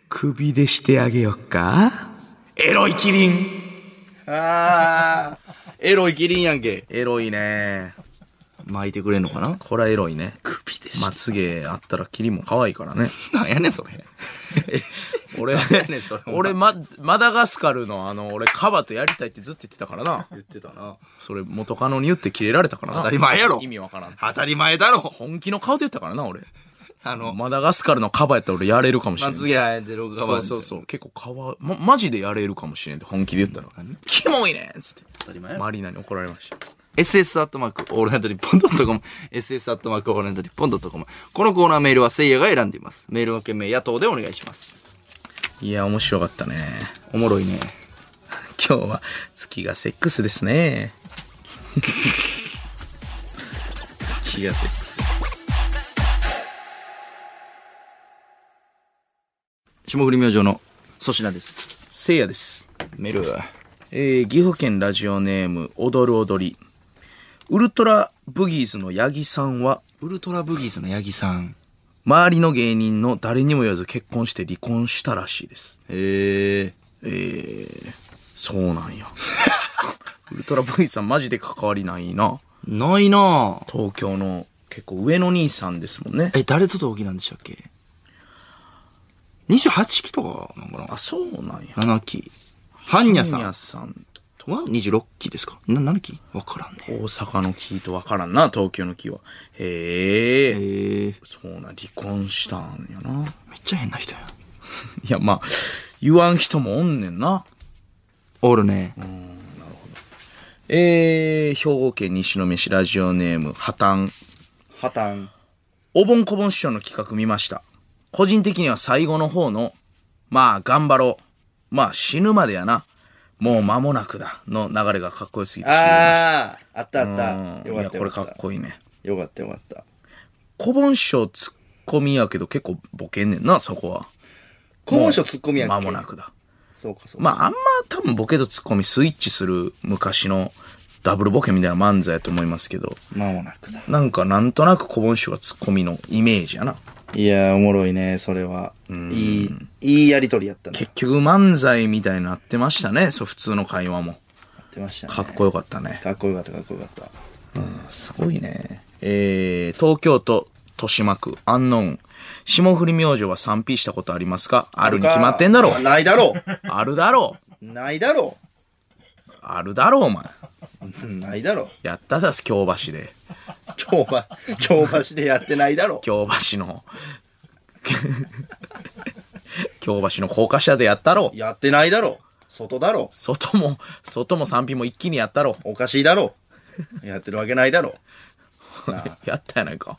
首でしてあげよっかエロいキリンああ。エロいキリンやんけ。エロいね。巻いてくれんのかなこれはエロいね。首でしまつげあったらキリンも可愛いからね。なんやねん、それ。俺 ねんそれ、お前俺、ま、マダガスカルのあの、俺、カバとやりたいってずっと言ってたからな。言ってたな。それ元カノに言ってキレられたからな。当たり前やろ 意味わからん。当たり前だろ。本気の顔で言ったからな、俺。あの、マダガスカルのカバやったら俺やれるかもしれまん。つげ生えてる側そうそうそう。結構かわ、ま、マジでやれるかもしれんって本気で言ったら。 キモいねんっつって。当たり前やろマリーナに怒られました。 SS アットマークオールナイトニッポンドットコム。SS アットマークオールナイトニッポンドットコム。このコーナーメールはせいやが選んでいます。メールの件名、野党でお願いします。いや、面白かったね。おもろいね。今日は月がセックスですね。月がセックス。霜降り明星の粗品です。せいやです。メール。えー、岐阜県ラジオネーム、踊る踊り。ウルトラブギーズの八木さんは、ウルトラブギーズの八木さん。周りの芸人の誰にも言わず結婚して離婚したらしいです。へえ。そうなんや。 ウルトラ V さんマジで関わりないな。ないなぁ。東京の結構上の兄さんですもんね。え、誰と同期なんでしたっけ ?28 期とかなんかなあ、そうなんや。 7期。ハンニャささんんはさん、 26期ですかな、何期わからんね。大阪の木とわからんな、東京の木は。へえ。えー、そうなん、離婚したんやな。めっちゃ変な人や。いや、まあ、言わん人もおんねんな。おるね。あえー、兵庫県西宮市ラジオネーム、破綻。破綻。おぼんこぼん師匠の企画見ました。個人的には最後の方の、まあ頑張ろう。まあ死ぬまでやな。もう間もなくだ。の流れがかっこよすぎてしまいました。あー、あったあった。うんよいかったや、これかっこいいね。いい。よかったよかった。こぼん師匠ツッコミやけど結構ボケんねんな、そこは。こぼんしょツッコミやんけ。間もな。くだ。そうかそうか。まああんま多分ボケとツッコミスイッチする昔のダブルボケみたいな漫才やと思いますけど、間もなくだ。なんかなんとなくこぼん師匠はツッコミのイメージやな。いやー、おもろいね、それは。いい、いいやりとりやったな。や結局漫才みたいになってましたね、そう普通の会話も。ってましたね。かっこよかったね。かっこよかった、かっこよかった。すごいね。えー、東京都豊島区、アンノーン。霜降り明星は 3P したことありますかあるに決まってんだろあないだろう。あるだろないだろあるだろお前。う。ないだろう。やっただす、京橋で。京橋、京橋でやってないだろう。京橋の 京橋の高架下でやったろやってないだろう。外だろ外も外も賛否も一気にやったろう。おかしいだろう。やってるわけないだろう。やったやないか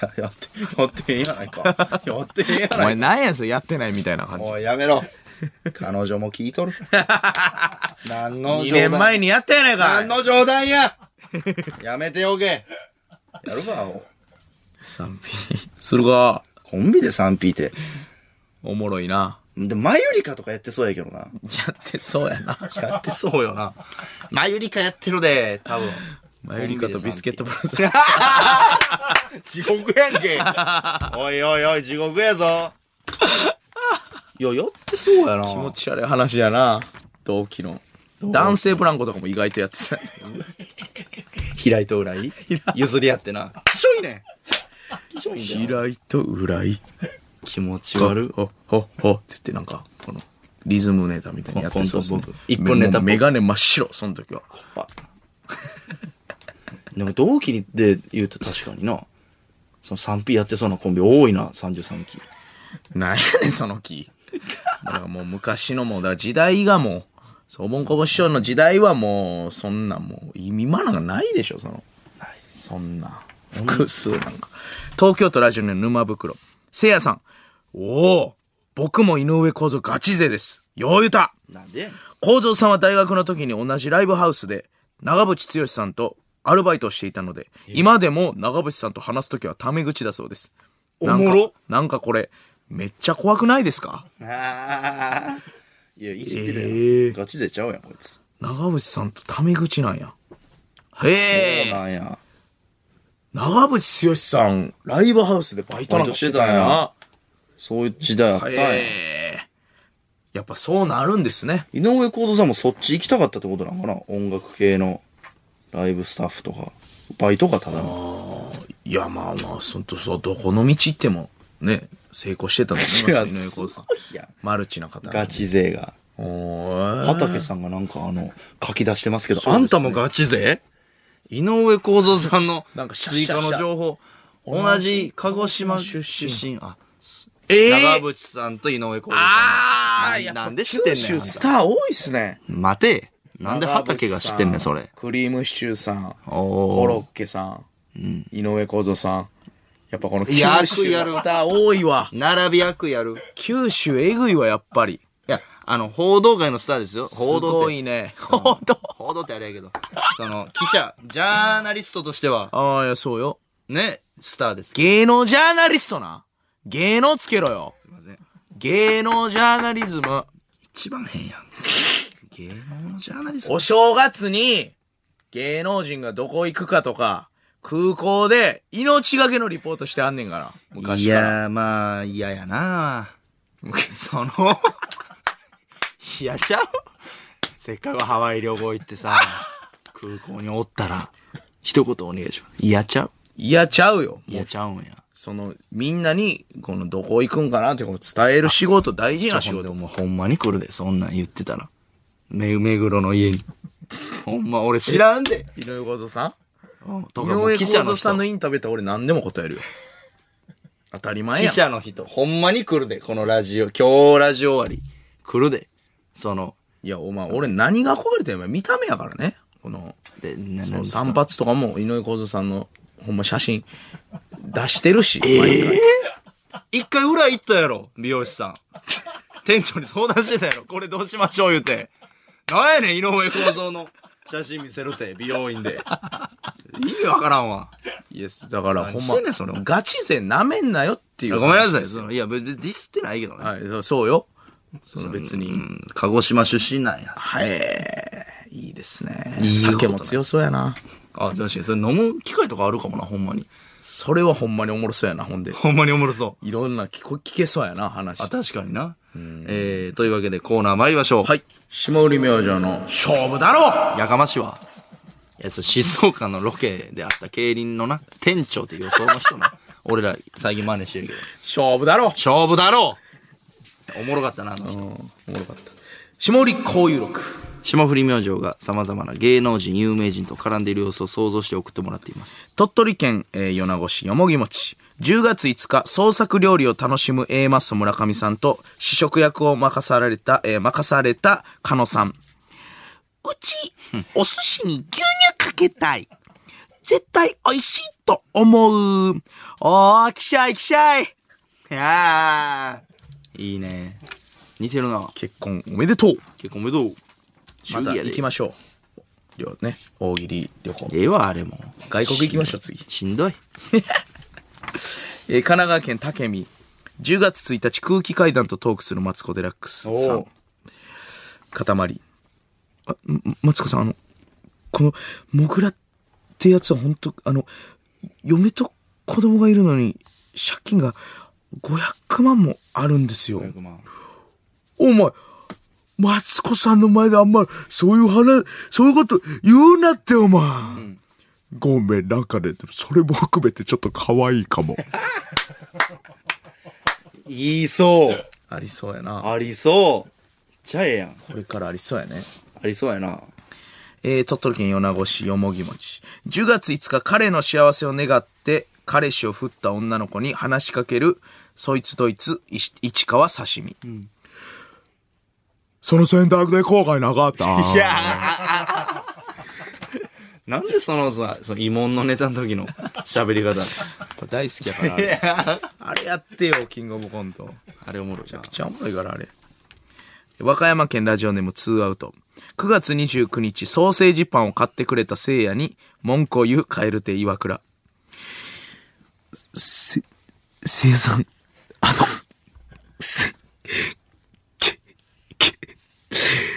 ややって、やってへんやないか。やってへんやおな前いか。なんやんそれやってないみたいな感じおい、やめろ。彼女も聞いと る。何の2冗談年前にやったやない何かの冗談ややめておけ。やるか、お賛否するかコンビで 3P って。おもろいなで、マユリカとかやってそうやけどな。やってそうやなやってそうよな。マユリカやってるで、多分。マユリカとビスケットブラザー地ズ獄やん け。おいおいおい、地獄やぞ。いや、やってそうやな。気持ち悪い話やな同期の男性ブランコとかも意外とやってたよ平井と浦井譲り合ってな。きしょいねん。きしょいんだよ。平井と浦井気持ち悪い。ほほほって言ってなんかこのリズムネタみたいにやってそうですねポンポンポン一本ネタもうメガネ真っ白その時はでも同期で言うと確かにな。その 3P やってそうなコンビ多いな、33期。なんやねん、その木。だからもう昔のもう、だから時代がもう、そうおぼんこぼ師匠の時代はもう、そんなもう、今なんかないでしょ、その。そんな。複数なんか。東京都ラジオの沼袋。せいやさん。おお僕も井上公造ガチ勢です。ようゆたなんで幸三さんは大学の時に同じライブハウスで長渕剛さんとアルバイトをしていたので今でも長渕さんと話す時はタメ口だそうですおおもろなんかこれめっちゃ怖くないですかああ。いや、いじってるやん。えーガチ勢ちゃうやん、こいつ。長渕さんとタメ口なんやへそうえなんや。長渕剛さんライブハウスでバイトなんかしてたんやなそういう時代あったんへや。えやっぱそうなるんですね井上公造さんもそっち行きたかったってことなんかな音楽系のライブスタッフとか。バイトがただの。いやまあまあそんとそうどこの道行ってもね成功してたと思いますよ井上公 造さんいやマルチな方ガチ勢が。おー畑さんがなんかあの、書き出してますけど、あんたもガチ勢井上公造さんのなんかシャッ追シャッ加シャの情報。同じ鹿児島出身。あ、え長ー、渕さんと井上公造あさーん。やっなぱなんで知ってんねん。あ九州んスたター多いっすね。待て。なんで畑が知ってんねん、そ長渕れさ。クリームシチューさん、おーコロッケさん、井上公造さん。やっぱこの九州や悪意あるわスター多いわ。並び役やる。九州えぐいわ、やっぱり。いや、あの、報道界のスターですよ。す報道っごて。いね。報道。報道ってあれやけど。その、記者、ジャーナリストとしては、ああ、いや、そうよ。ね、スターですけ芸能ジャーナリストな。芸能つけろよ。ど。すいません。芸能ジャーナリズム。一番変やん。芸能のジャーナリスト。お正月に芸能人がどこ行くかとか、空港で命がけのリポートしてあんねんから。い昔から。やー、まあ、嫌やなその、いやちゃうせっかくハワイ旅行行ってさ、空港におったら、一言お願いします。いやちゃう いやちゃうよ。いやちゃうんや。その、みんなに、この、どこ行くんかなって、この伝える仕事、大事な仕ほんで事。もうほんまに来るで、そんなん言ってたら。め、目黒の家に。ほんま、俺知らんで。井上公造さうんんと井かもう上記公者の造さ人んの。インタビューって俺何でも 答えるよ。当たり前記やん。者の人、ほんまに来るで、このラジオ。今日ラジオ終わり。来るで。その、いや、お前、俺何が壊れてんの見た目やからね。この、で、な、そなんのですか散髪とかも井上公造さんの、ほんま写真、出してるし。毎回 一回裏行ったやろ、美容師さん。店長に相談してたやろ、これどうしましょう言うて。なんやねん、井上公造の写真見せるて、美容院で。意味わからんわ。イエス。だから、何ほんしてんねんそれま、ガチ勢なめんなよってい。いうやごめんなさい、その、いや、別にディスってないけどね。はい、そうそうよ。その別に。うん鹿児島出身なんや。はい、いいですね。いいことない酒も強そうやな。あ、確かに、それ飲む機会とかあるかもな、ほんまに。それはほんまにおもろそうやな、ほんで。ほんまにおもろそいろんな聞こ聞けそうやな、話う。あ、。確かにな。えー、というわけでコーナー参りましょう。はい。下売り明星の勝負だろやかましいわ。いや、そう、静岡のロケであった競輪のな、店長って予想の人な、俺ら最近真似してるけど。勝負だろ勝負だろうおもろかったな、あの人。下り交友録。霜降り明星が様々な芸能人、有名人と絡んでいる様子を想像して送ってもらっています。鳥取県、えー米子市よもぎ餅。10月5日、創作料理を楽しむ A マッソ村上さんと、試食役を任された、えー任された加野さん。うち、お寿司に牛乳かけたい。絶対美味しいと思う。おー、きしゃいきしゃい。あー。いいね。似てるな。結婚おめでとう。結構おめでとう。また行きしましょう。りょね、大喜利旅行。ええわ、あれも。外国行きましょう、次。しんどい。えー神奈川県武見10月1日空気階段とトークするマツコ・デラックスさん塊あんマツコさんあのこのモグラってやつは本当あの嫁と子供がいるのに借金が500万もあるんですよお前マツコさんの前であんまりそういう話そういうこと言うなってお前、ごめんなんかねそれも含めてちょっと可愛いか もいいそう。ありそうやな。ありそう。ちゃええやん。これからありそうやね。ありそうやな。えー、鳥取県米子市よもぎ餅。10月5日、彼の幸せを願って、彼氏を振った女の子に話しかける、そいつどいつ、いし市川刺身。その選択で後悔なかった。いやなんでそのさ、その疑問のネタの時の喋り方。大好きやからあれ。あれやってよ、キングオブコント。あれおもろいなめっ。ちゃおもろいからあれ和歌山県ラジオネーム2アウト9月29日ソーセージパンを買ってくれたせいやに文句を言う蛙亭岩倉せせいやさんあのせけけ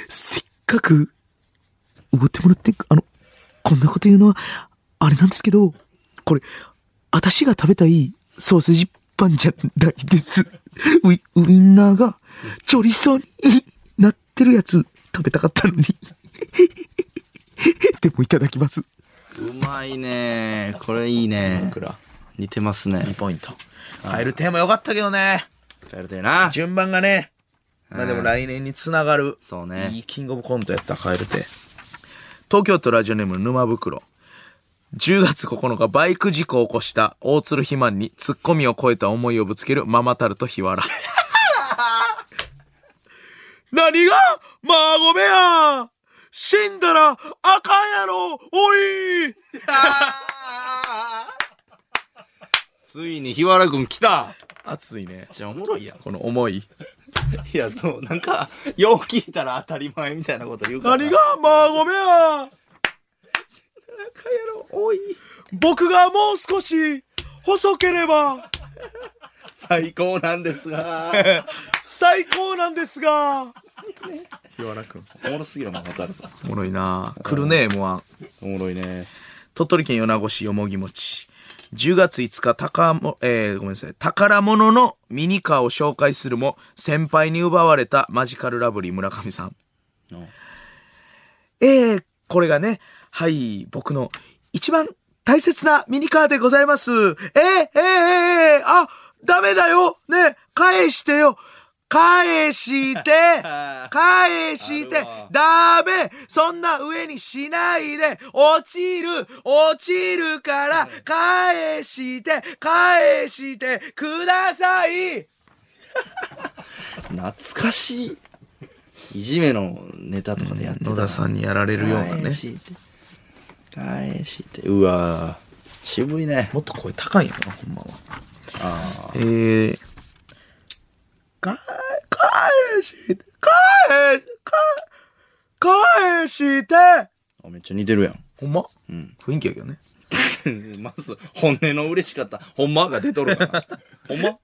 せっかくおごってもらってあのこんなこと言うのはあれなんですけどこれ私が食べたいソーセージパンじゃないです。ウイ、ウインナーが、チョリソーになってるやつ食べたかったのに。でもいただきます。うまいねこれいいね似てますね。ポイント。入るテーマよかったけどね。帰りたいな。順番がね。まあでも来年につながる。そうねいいキングオブコントやった、カエルテ。東京都ラジオネーム沼袋。10月9日、バイク事故を起こした大鶴肥満にツッコミを超えた思いをぶつけるママタル ト日原。何が孫めや死んだらあかんやろおいついに日原くん来ためっ熱いね。ちゃおもろいやん。この思い。いや、そう、なんか、よう聞いたら当たり前みたいなこと言うから。何が孫めや多い。僕がもう少し細ければ最高なんですが。最高なんですが日原くんおもろすぎるな、当たると。おもろいな来るね M1 おもろいね。鳥取県米子市よもぎ餅10月5日宝も、えー、ごめんなさい宝物のミニカーを紹介するも先輩に奪われたマジカルラブリー村上さんえー、これがねはい僕の一番大切なミニカーでございますえー、えー、えー、あダメだよね返してよ返して返してダメそんな上にしないで落ちる落ちるから返して返してください懐かしい。いじめのネタとかでやってたな。野田さんにやられるようなね返して。返して。うわぁ。渋いね。もっと声高いよな、ほんまは。えー、かえ、返して、返し、か返して、あめっちゃ似てるやん。ほんま、雰囲気やけどね。 まず、本音の嬉しかった。ほんまが出とる から。ほんま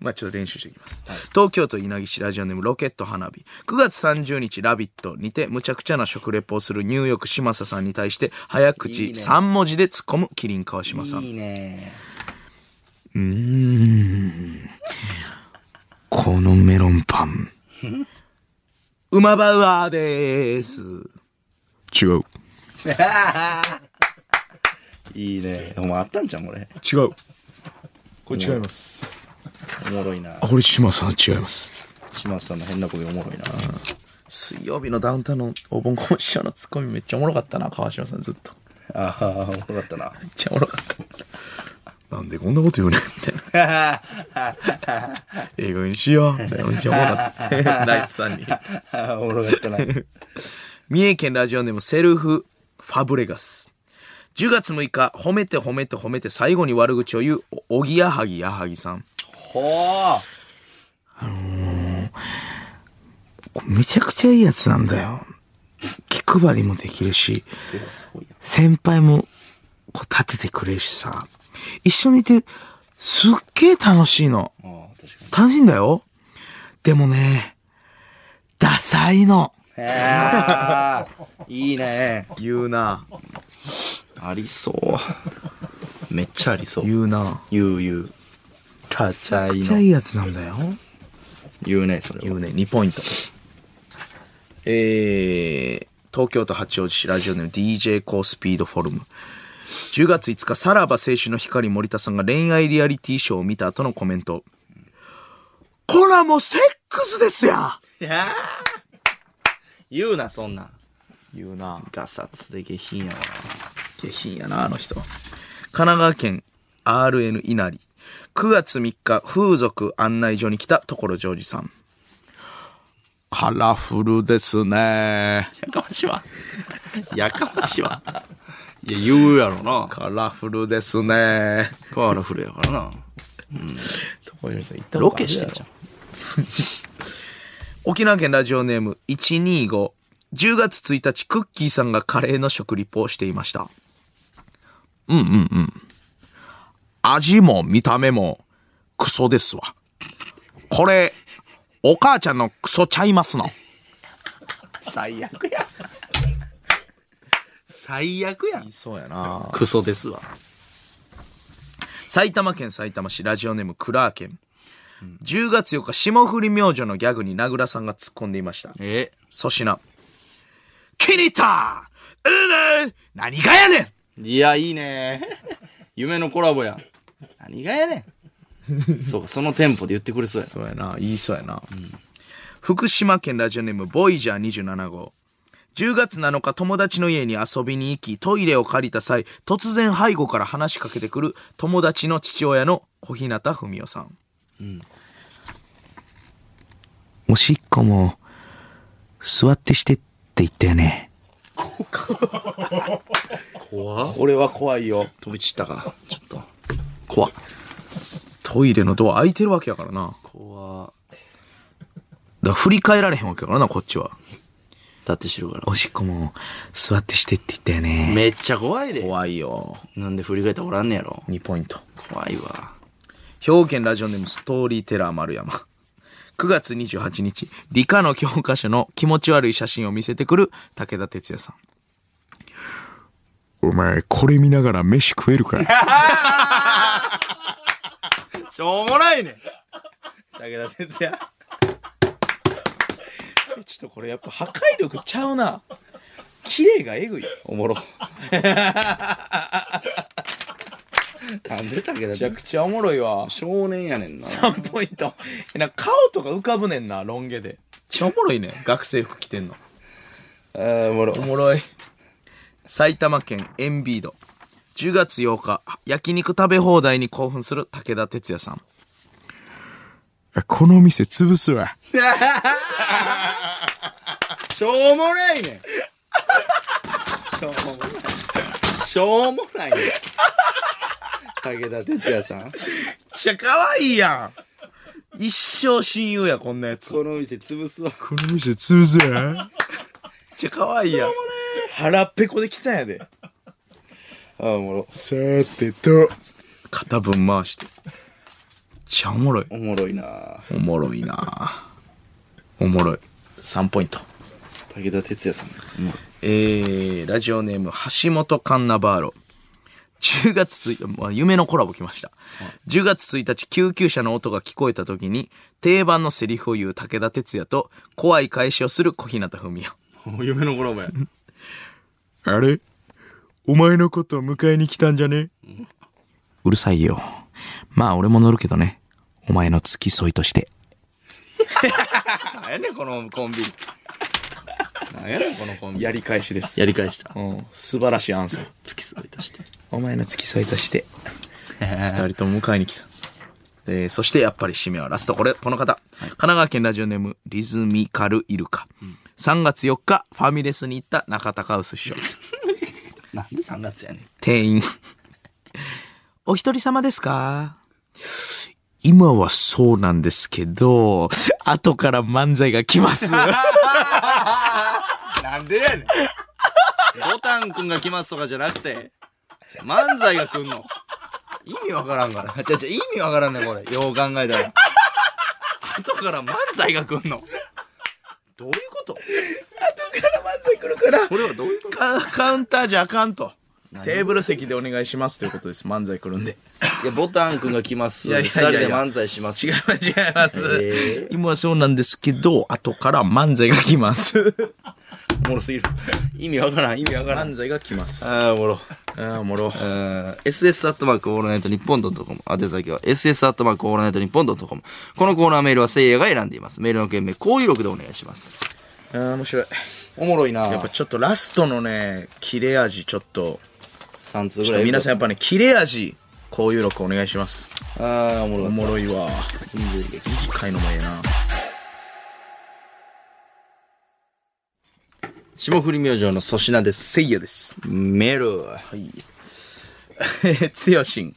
まあちょっと練習していきます。東京都稲城市ラジオネームロケット花火。9月30日ラビットにて無茶苦茶な食レポをするニューヨーク嶋佐さんに対して早口3文字で突っ込む麒麟川島さん。いいね。このメロンパン。ウマバウアーでーす。違う。いいね。お前あったんじゃん、これ。違う。これ違います。おもろいな。これ島さん違います。島津さんの変な声おもろいな。水曜日のダウンタウンのお盆コンショのツッコミめっちゃおもろかったな、川島さんずっと。ああ、おもろかったな。めっちゃおもろかった。なんでこんなこと 言うねんみたいな。英語にしよう。みたいなめっちゃおもろか った。ナイツさんに。ああ、おもろかったな。三重県ラジオネームセルフファブレガス。10月6日、褒めて褒めて褒めて最後に悪口を言う、おおぎやはぎやはぎさん。 ほーめちゃくちゃいいやつなんだよ。気配りもできるし、先輩もこう立ててくれるしさ、一緒にいてすっげえ楽しいの。楽しいんだよ。でもね、ダサいの。ああ、いいね。言うな、ありそう。めっちゃありそう。言うな。言う言う。ダサいめっちゃの。いいやつなんだよ。言うね、それは。言うね、2ポイント。えー、東京都八王子市ラジオネーム DJ コースピードフォルム。10月5日、さらば青春の光森田さんが恋愛リアリティショーを見た後のコメント。こらもうセックスですや言うな、そんなん。言うな。ガサツで下品やわ。下品やな、あの人。神奈川県 RN 稲荷。9月3日、風俗案内所に来た所ジョージさん。カラフルですね。やかましい わ。やかましいわ。いや、言うやろな。カラフルですね。カーラフルやからな。ロケしてんじゃん。沖縄県ラジオネーム125。10月1日、クッキーさんがカレーの食リポをしていました。うんうんうん。味も見た目もクソですわ。これ、お母ちゃんのクソちゃいますの。最悪や。最悪やん。そうやなクソですわ。埼玉県埼玉市ラジオネームクラーケン。10月4日、霜降り明星のギャグに名倉さんが突っ込んでいました。え粗品。気に入ったうぬ何がやねんいや、いいね。夢のコラボや。何がやねん。そうか、そのテンポで言ってくれそうや。そうやな、言いそうやな。福島県ラジオネーム、ボイジャー27号。10月7日、友達の家に遊びに行き、トイレを借りた際、突然背後から話しかけてくる友達の父親の小日向文夫さん。おしっこも、座ってしてって言ったよね。これは怖いよ。飛び散ったか。ちょっと。怖トイレのドア開いてるわけやからな。怖だから振り返られへんわけやからな、こっちは。だって知るから。おしっこも座ってしてって言ったよね。めっちゃ怖いで。怖いよ。なんで振り返ったらおらんねやろ。 2ポイント。怖いわ。兵庫県ラジオネームストーリーテラー丸山。9月28日、理科の教科書の気持ち悪い写真を見せてくる武田哲也さん。お前、これ見ながら飯食えるかしょうもないねん。武田哲也。ちょっとこれやっぱ破壊力ちゃうな。綺麗がえぐい。お もろ。なんで武田めちゃ哲也くちゃおもろいわ。少年やねんな。 3ポイント。えなんか顔とか浮かぶねんな、ロン毛で。超おもろいね。学生服着てんの。あーおもろ。おもろい。埼玉県エンビード。10月8日、焼肉食べ放題に興奮する武田哲也さん。この店潰すわ。しょうもないねん。しょうもない。しょうもないねん。武田鉄矢さん。めっちゃ可愛いやん。一生親友や、こんなやつ。めっこの店潰すわ。この店潰 すわ。ちゃ可愛いやん。腹っぺこで来たんやで。ああ、おもろ。さてと。片分回して。めっちゃおもろい。おもろいな。おもろいなおもろい。3ポイント。武田鉄矢さんのやつ。おもろいえー、ラジオネーム、橋本カンナバーロ。10月1日、まあ夢のコラボ来ました。10月1日、救急車の音が聞こえた時に、定番のセリフを言う武田鉄矢と、怖い返しをする小日向文也。夢のコラボや。あれお前のこと迎えに来たんじゃね うるさいよ。まあ俺も乗るけどね。お前の付き添いとして。何やねんこのコンビ。やり返しです。やり返した。うん、素晴らしいアンサー。付き添いとして。お前の付き添いとして。 二人とも迎えに来た。えーそしてやっぱり締めはラスト。これ、この方。神奈川県ラジオネーム、リズミカルイルカ。3月4日、ファミレスに行った中田カウス師匠。なんで3月やねん。店員。 お一人様ですか今はそうなんですけど、後から漫才が来 ます。なんでやねん。ボタンくんが来ますとかじゃなくて、漫才が来んの。意味わからんから。じゃじゃ意味わからんねんこれ。よう考えたら。後から漫才が来んの。どういうこと後から漫才来るから。これはどういうことカカウンターじゃあかんと。テーブル席でお願いしますということです。漫才来るんで。いや、ボタンくんが来ます。やい二やい人やいやで漫才します。違う。違います。今はそうなんですけど、後から漫才が来ます。おもろすぎる。意味わからん、意味わからん。 漫才が来ます。ああ、おもろ。ああ、おもろ。 ss アットマークオールナイトニッポンドットコム。宛先は ss アットマークオールナイトニッポンドットコム。このコーナーメールはせいやが選んでいます。メールの件名、高有力でお願いします。ああ、面白い。おもろいなやっぱちょっとラストのね、切れ味ちょっと、 3通ちょぐっらとい。皆さんやっぱね、切れ味、高有力お願いします。ああ、おもろかおっもろいわ。た。人数劇。回のもええ な。霜降り明星の粗品です。せいやです。メール。はい。え、つよしん。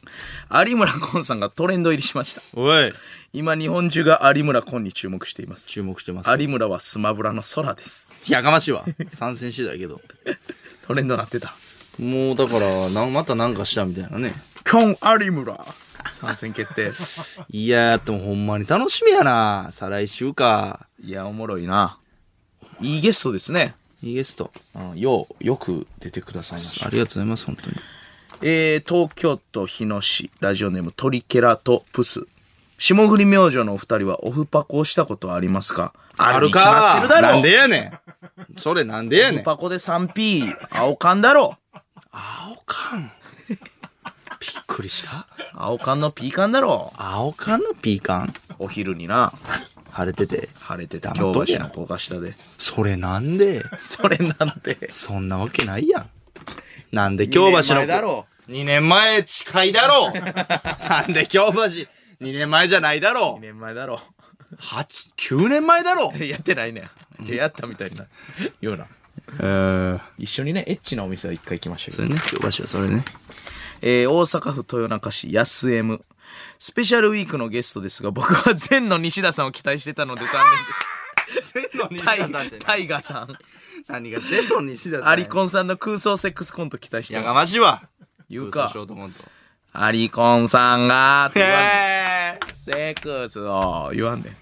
有村昆さんがトレンド入りしました。おい。今日本中が有村昆に注目しています。注目してます。有村はスマブラの空です。やかましいわ。参戦してたけど。トレンドなってた。もうだから、なまたなんかしたみたいなね。コン有村参戦決定。いやー、でもほんまに楽しみやな。再来週か。いや、おもろいな。いいゲストですね。いいゲスト。うん、よう、よく出てくださいました。ありがとうございます、本当に。えー、東京都日野市、ラジオネームトリケラトプス。霜降り明星のお二人はオフパコをしたことはありますかあるに決まってるかだろなんでやねんそれなんでやねオんフパコで 3P、青缶だろ青缶びっくりした青缶の P 缶だろ青缶のピーカンお昼にな、晴れてて。晴れてた黙京っとけ橋やの高架下で。それなんでそれなんて。そんなわけないやん。なんで京橋の。二年前だろ2年前近いだろう なんで京橋、2年前じゃないだろ2う年前だろ ?8、9年前だろ うやってないね。いややったみたいな。ような。えー、一緒にね、エッチなお店は一回行きましたけそど。れね、京橋はそれね。えー大阪府豊中市安 M スペシャルウィークのゲストですが僕は前の西田さんを期待してたので残西念ですタイガーさん何が全部西田さんや。アリコンさんの空想セックスコント期待してやまがましいわ。言う嘘かショートコント。すアリコンさんがって言わんでへー。セックスを言わんでい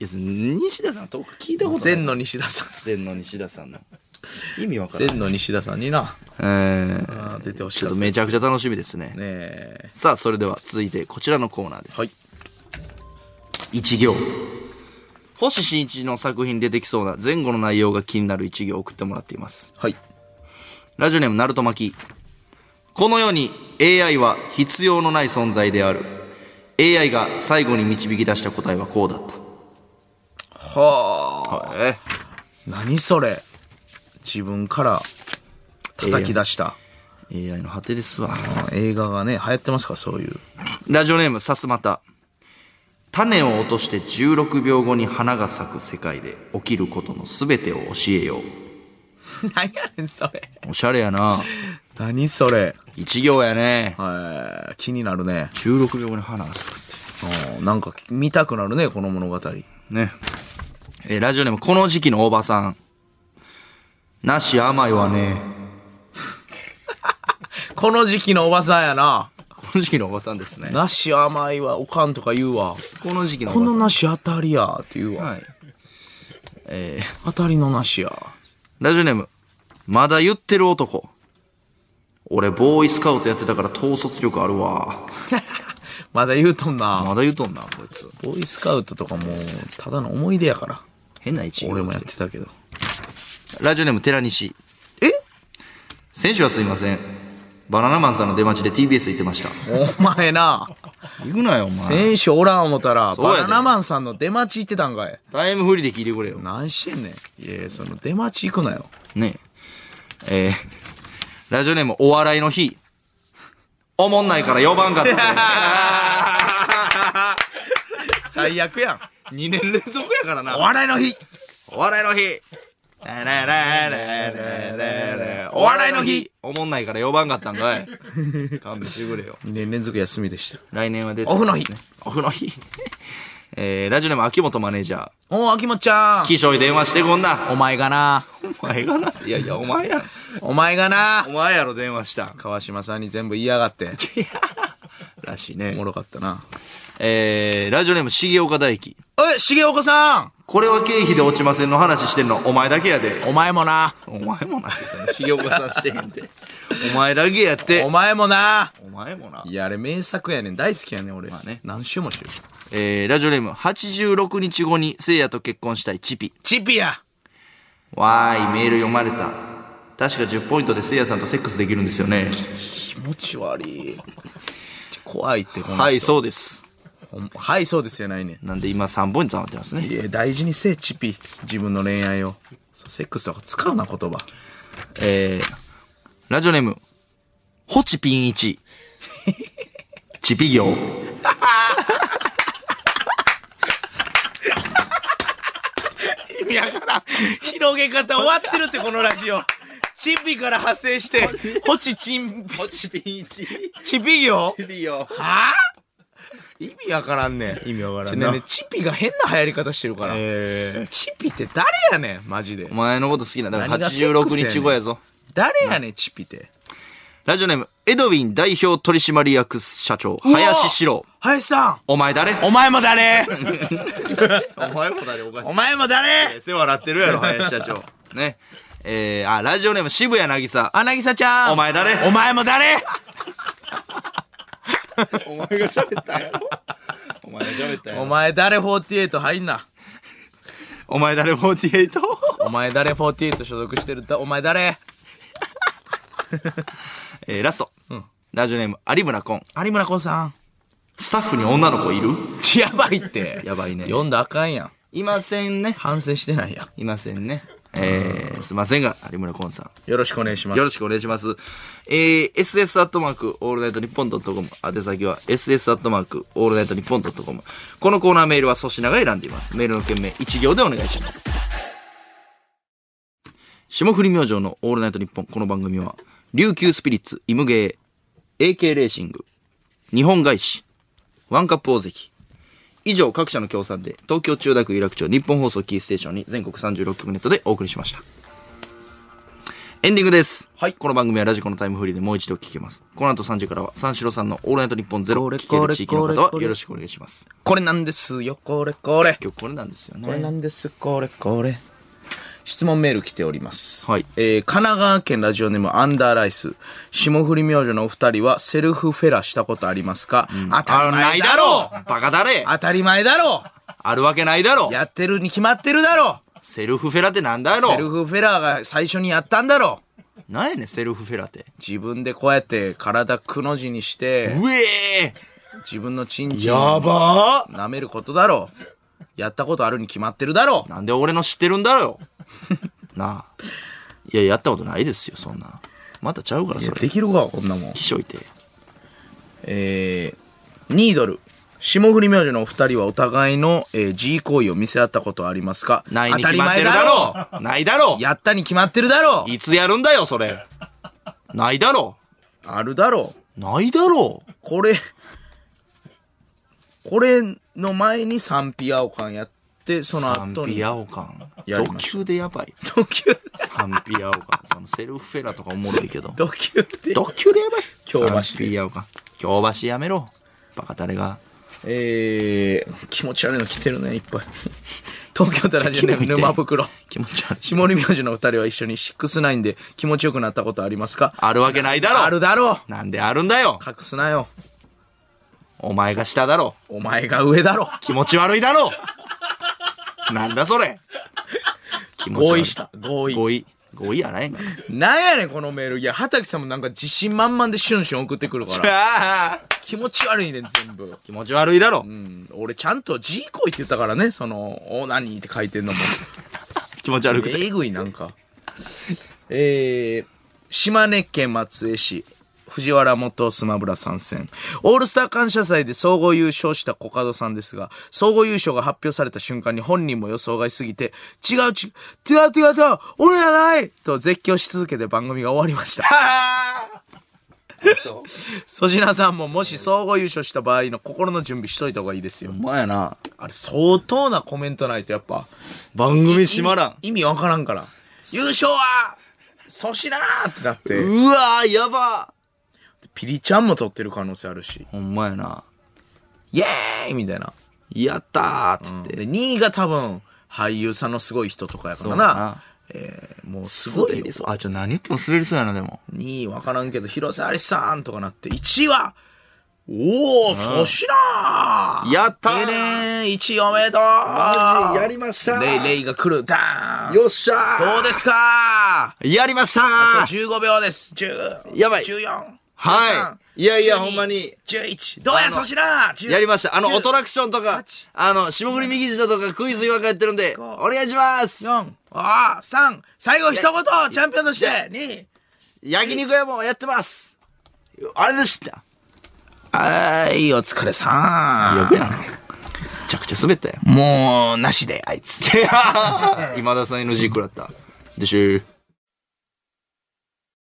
や、その西田さんのトーク聞いたことな前い。の西田さん全の西田さんの。意味わからん。前の西田さんになえーあー出てほしちいょっねとめちゃくちゃ楽しみですね。えさあ、それでは続いてこちらのコーナーです。はい。一行。星新一の作品に出てきそうな前後の内容が気になる一行を送ってもらっています。はいラジオネーム、ナルト巻き。この世に AI は必要のない存在である。AI が最後に導き出した答えはこうだった。はあえ何それ自分から叩き出した、 AI の果てですわ。あー映画がね流行ってますからそういうラジオネーム、さすまた。種を落として16秒後に花が咲く世界で起きることの全てを教えよう。 何やねんそれおしゃれやな。何それ一行やね。えー気になるね16秒後に花が咲くって。うんなんか見たくなるねこの物語ね。えーラジオネーム、この時期のおばさん。なし甘いわね。この時期のおばさんやなこの時期のおばさんですね。梨甘いわおかんとか言うわこの時期のおこばさのん。梨当たりやって言うわ、はい。当たりの梨やラジオネーム、まだ言ってる男。俺、ボーイスカウトやってたから統率力あるわ。まだ言うとんなまだ言うとんな、こいつ。ボーイスカウトとかもうただの思い出やから変な一行。俺もやってたけどラジオネーム寺西。え先週はすいません。バナナマンさんの出待ちで TBS 行ってました。お前な行くなよ、お前。選手おらん思たら、そうやバでナナマンさんの出待ち行ってたんかい。タイムフリーで聞いてくれよ。何してんねん。いやいやその出待ち行くなよ。ねえ。えー、 ラジオネームお笑いの日。おもんないから呼ばんか った。最悪やん。 2年連続やからな。 お笑いの日お笑いの日。お笑いの日。おもんないから呼ばんかったんかい。勘弁してくれよ。 !2 年連続休みでした。来年は出て、オフの日。オフの日。 えー、ラジオネーム秋元マネージャー。おー、秋元ちゃ気象に電話してこんな。ん。お前がな。お前がな。いやいや、お前や。お前がなお。前やろ、電話したん。川島さんに全部 言いやがって。らしいおねも。ろかったな。えー、ラジオネーム重岡大樹。え、重岡さんこれは経費で落ちませんの話してんの、お前だけやで。お前もな。お前もなって、その重岡さんしてへんって。お前だけやってお。前もな。。お前もないや、あれ名作やねん。大好きやねん、俺。あね何周もしてる。えー、ラジオネーム、86日後に聖夜と結婚したいチピ。チピやわーい、メール読まれた。確か10ポイントで聖夜さんとセックスできるんですよね。気持ち悪い。怖いって、この人。はい、そうです。ほんはい、そうですよないねん。なんで今3ポイント貯まってますね。いや、大事にせえ、チピ。自分の恋愛を。そうセックスとか使うな、言葉。えー、ラジオネーム、ホチピン1。チピ行。意味わからん。広げ方終わってるって、このラジオ。チピから派生して、ホチチン、ホチピン1。チチピ行ピ行。意味わからんねん。意味わかちらんな。ょねえねえチピが変な流行り方してるから。えチピって誰やねん、マジでー、お。前のこと好きなんだから何がセックスやね86ん日後やぞ。誰やねん、チピって。ラジオネーム、エドウィン代表取締役社長、林史郎。林さんお前誰お前も誰お前も誰おかしい お前も誰背笑ってる やろ、林社長。ね。えー、あ、ラジオネーム、渋谷なぎさ。あなぎさちゃんお前誰お前も誰お前が喋ったやろ。お前が喋ったや お。前誰48入んな。お前誰 48? お前誰48所属してるだお前誰えー、ラスト。ラジオネーム、有村コン。有村昆さん。スタッフに女の子いる やばいって。やばいね読んだらあかんやん。いませんね。反省してないやん。いませんね。えー、すいませんが、有村コンさん。よろしくお願いします。よろしくお願いします。えー、ss アットマークオールナイトニッポンドットコム。宛先は ss アットマークオールナイトニッポンドットコム。このコーナーメールは粗品が選んでいます。メールの件名、一行でお願いします。霜降り明星のオールナイトニッポン。この番組は、琉球スピリッツ、イムゲー、AK レーシング、日本外資、ワンカップ大関、以上各社の協賛で、東京中田区有楽町日本放送キーステーションに全国36局ネットでお送りしました。エンディングです。はい。この番組はラジコのタイムフリーでもう一度聞けます。この後3時からは三四郎さんのオールナイトニッポンゼロこれ聞ける地域のこれ方はこれよろしくお願いします。これなんですよ、これこれ。今日これなんですよね。これなんです、これこれ。質問メール来ております。はいえー、神奈川県ラジオネームアンダーライス。霜降り明星のお二人はセルフフェラしたことありますか、当たあ、りな前いだだろろうバカだれ当たり前だろあるわけないだろやってるに決まってるだろセルフフェラってなんだセルろフフェラーが最初にやったんだろなんやねん、セルフフェラって。自分でこうやって体くの字にして、うえ自分のチーンチンやば舐めることだろやったことあるに決まってるだろーなんで俺の知ってるんだよ。 なあ。いや、やったことないですよ、そんな。またちゃうから、それ。できるか、こんなもん。気象いて。えー、ニードル。霜降り明星のお二人はお互いの、えー、G 行為を見せ合ったことはありますかないに当た決りまって前るだろないだろやったに決まってるだろいつやるんだよ、それ。ないだろあるだろないだろこれ、これの前にサンピアオカンやって、その賛後に否。アオカン。やりドました級でやばい。ドキュ、賛否アオカン。そのセルフフェラとかおもろいけど。ドキュって。ド級でやばい。京橋で賛否アオカン。京橋やめろ。バカタレが。えー、気持ち悪いの来てるね、いっぱい。 東京都ラジオネームちょっと聞いて沼袋。気持ち悪い。下り明星のお二人は一緒に69で気持ちよくなったことありますかあるわけないだろあるだろなんであるんだよ隠すなよ。お前が下だろお前が上だろ。気持ち悪いだろなんだそれ気持ち悪い合意した。合意。合意。語彙や ないんか。なんやねん、このメール。いや、畑さんもなんか自信満々でシュンシュン送ってく るから。気持ち悪いねん、全部。気持ち悪いだろ。うん俺、ちゃんとジーコイって言ったからね、その、オーナニーって書いてんのも。気持ち悪くて。えぐい、なんか。えー、島根県松江市。藤原元スマブラ参戦。オールスター感謝祭で総合優勝したコカドさんですが、総合優勝が発表された瞬間に本人も予想外すぎて、違う違う、違う違う違う、俺じゃないと絶叫し続けて番組が終わりました。 ソジナさんももし総合優勝した場合の心の準備しといた方がいいですよ。お前やな。あれ相当なコメントないとやっぱ番組閉まらん。意味わからんから。優勝は粗品ってなって。うわー、やばピリちゃんも取ってる可能性あるし。ほんまやな。イエーイみたいな。やったーっつって。で、2位が多分俳優さんのすごい人とかやからそうだなな。えーもうすすごごいいよで。す。あ、ちょ、何言っても滑りそうやな、でも。 2位わからんけど、広瀬アリスさんとかなって、1位は、おー、粗品やったーーねー !1 位おめでとうやりましたーレイ、レイが来る、ダーンよっしゃどうですかーやりましたーあと15秒です。10。やばい14。。はいい。いやいや、 12ほんまに。 11。どうや、粗品10やりました。あの、 10オトラクションとか8、あの、下栗右下とかクイズ今からやってるんで、お願いします4。ああ、3。最後一言、チャンピオンとして。2。焼肉屋もやってますあれでしたはーい、お疲れさめちゃくちゃ 滑ったよ。ん。もう、なしで、あいつ。今田さん NG 食らった。でしゅー。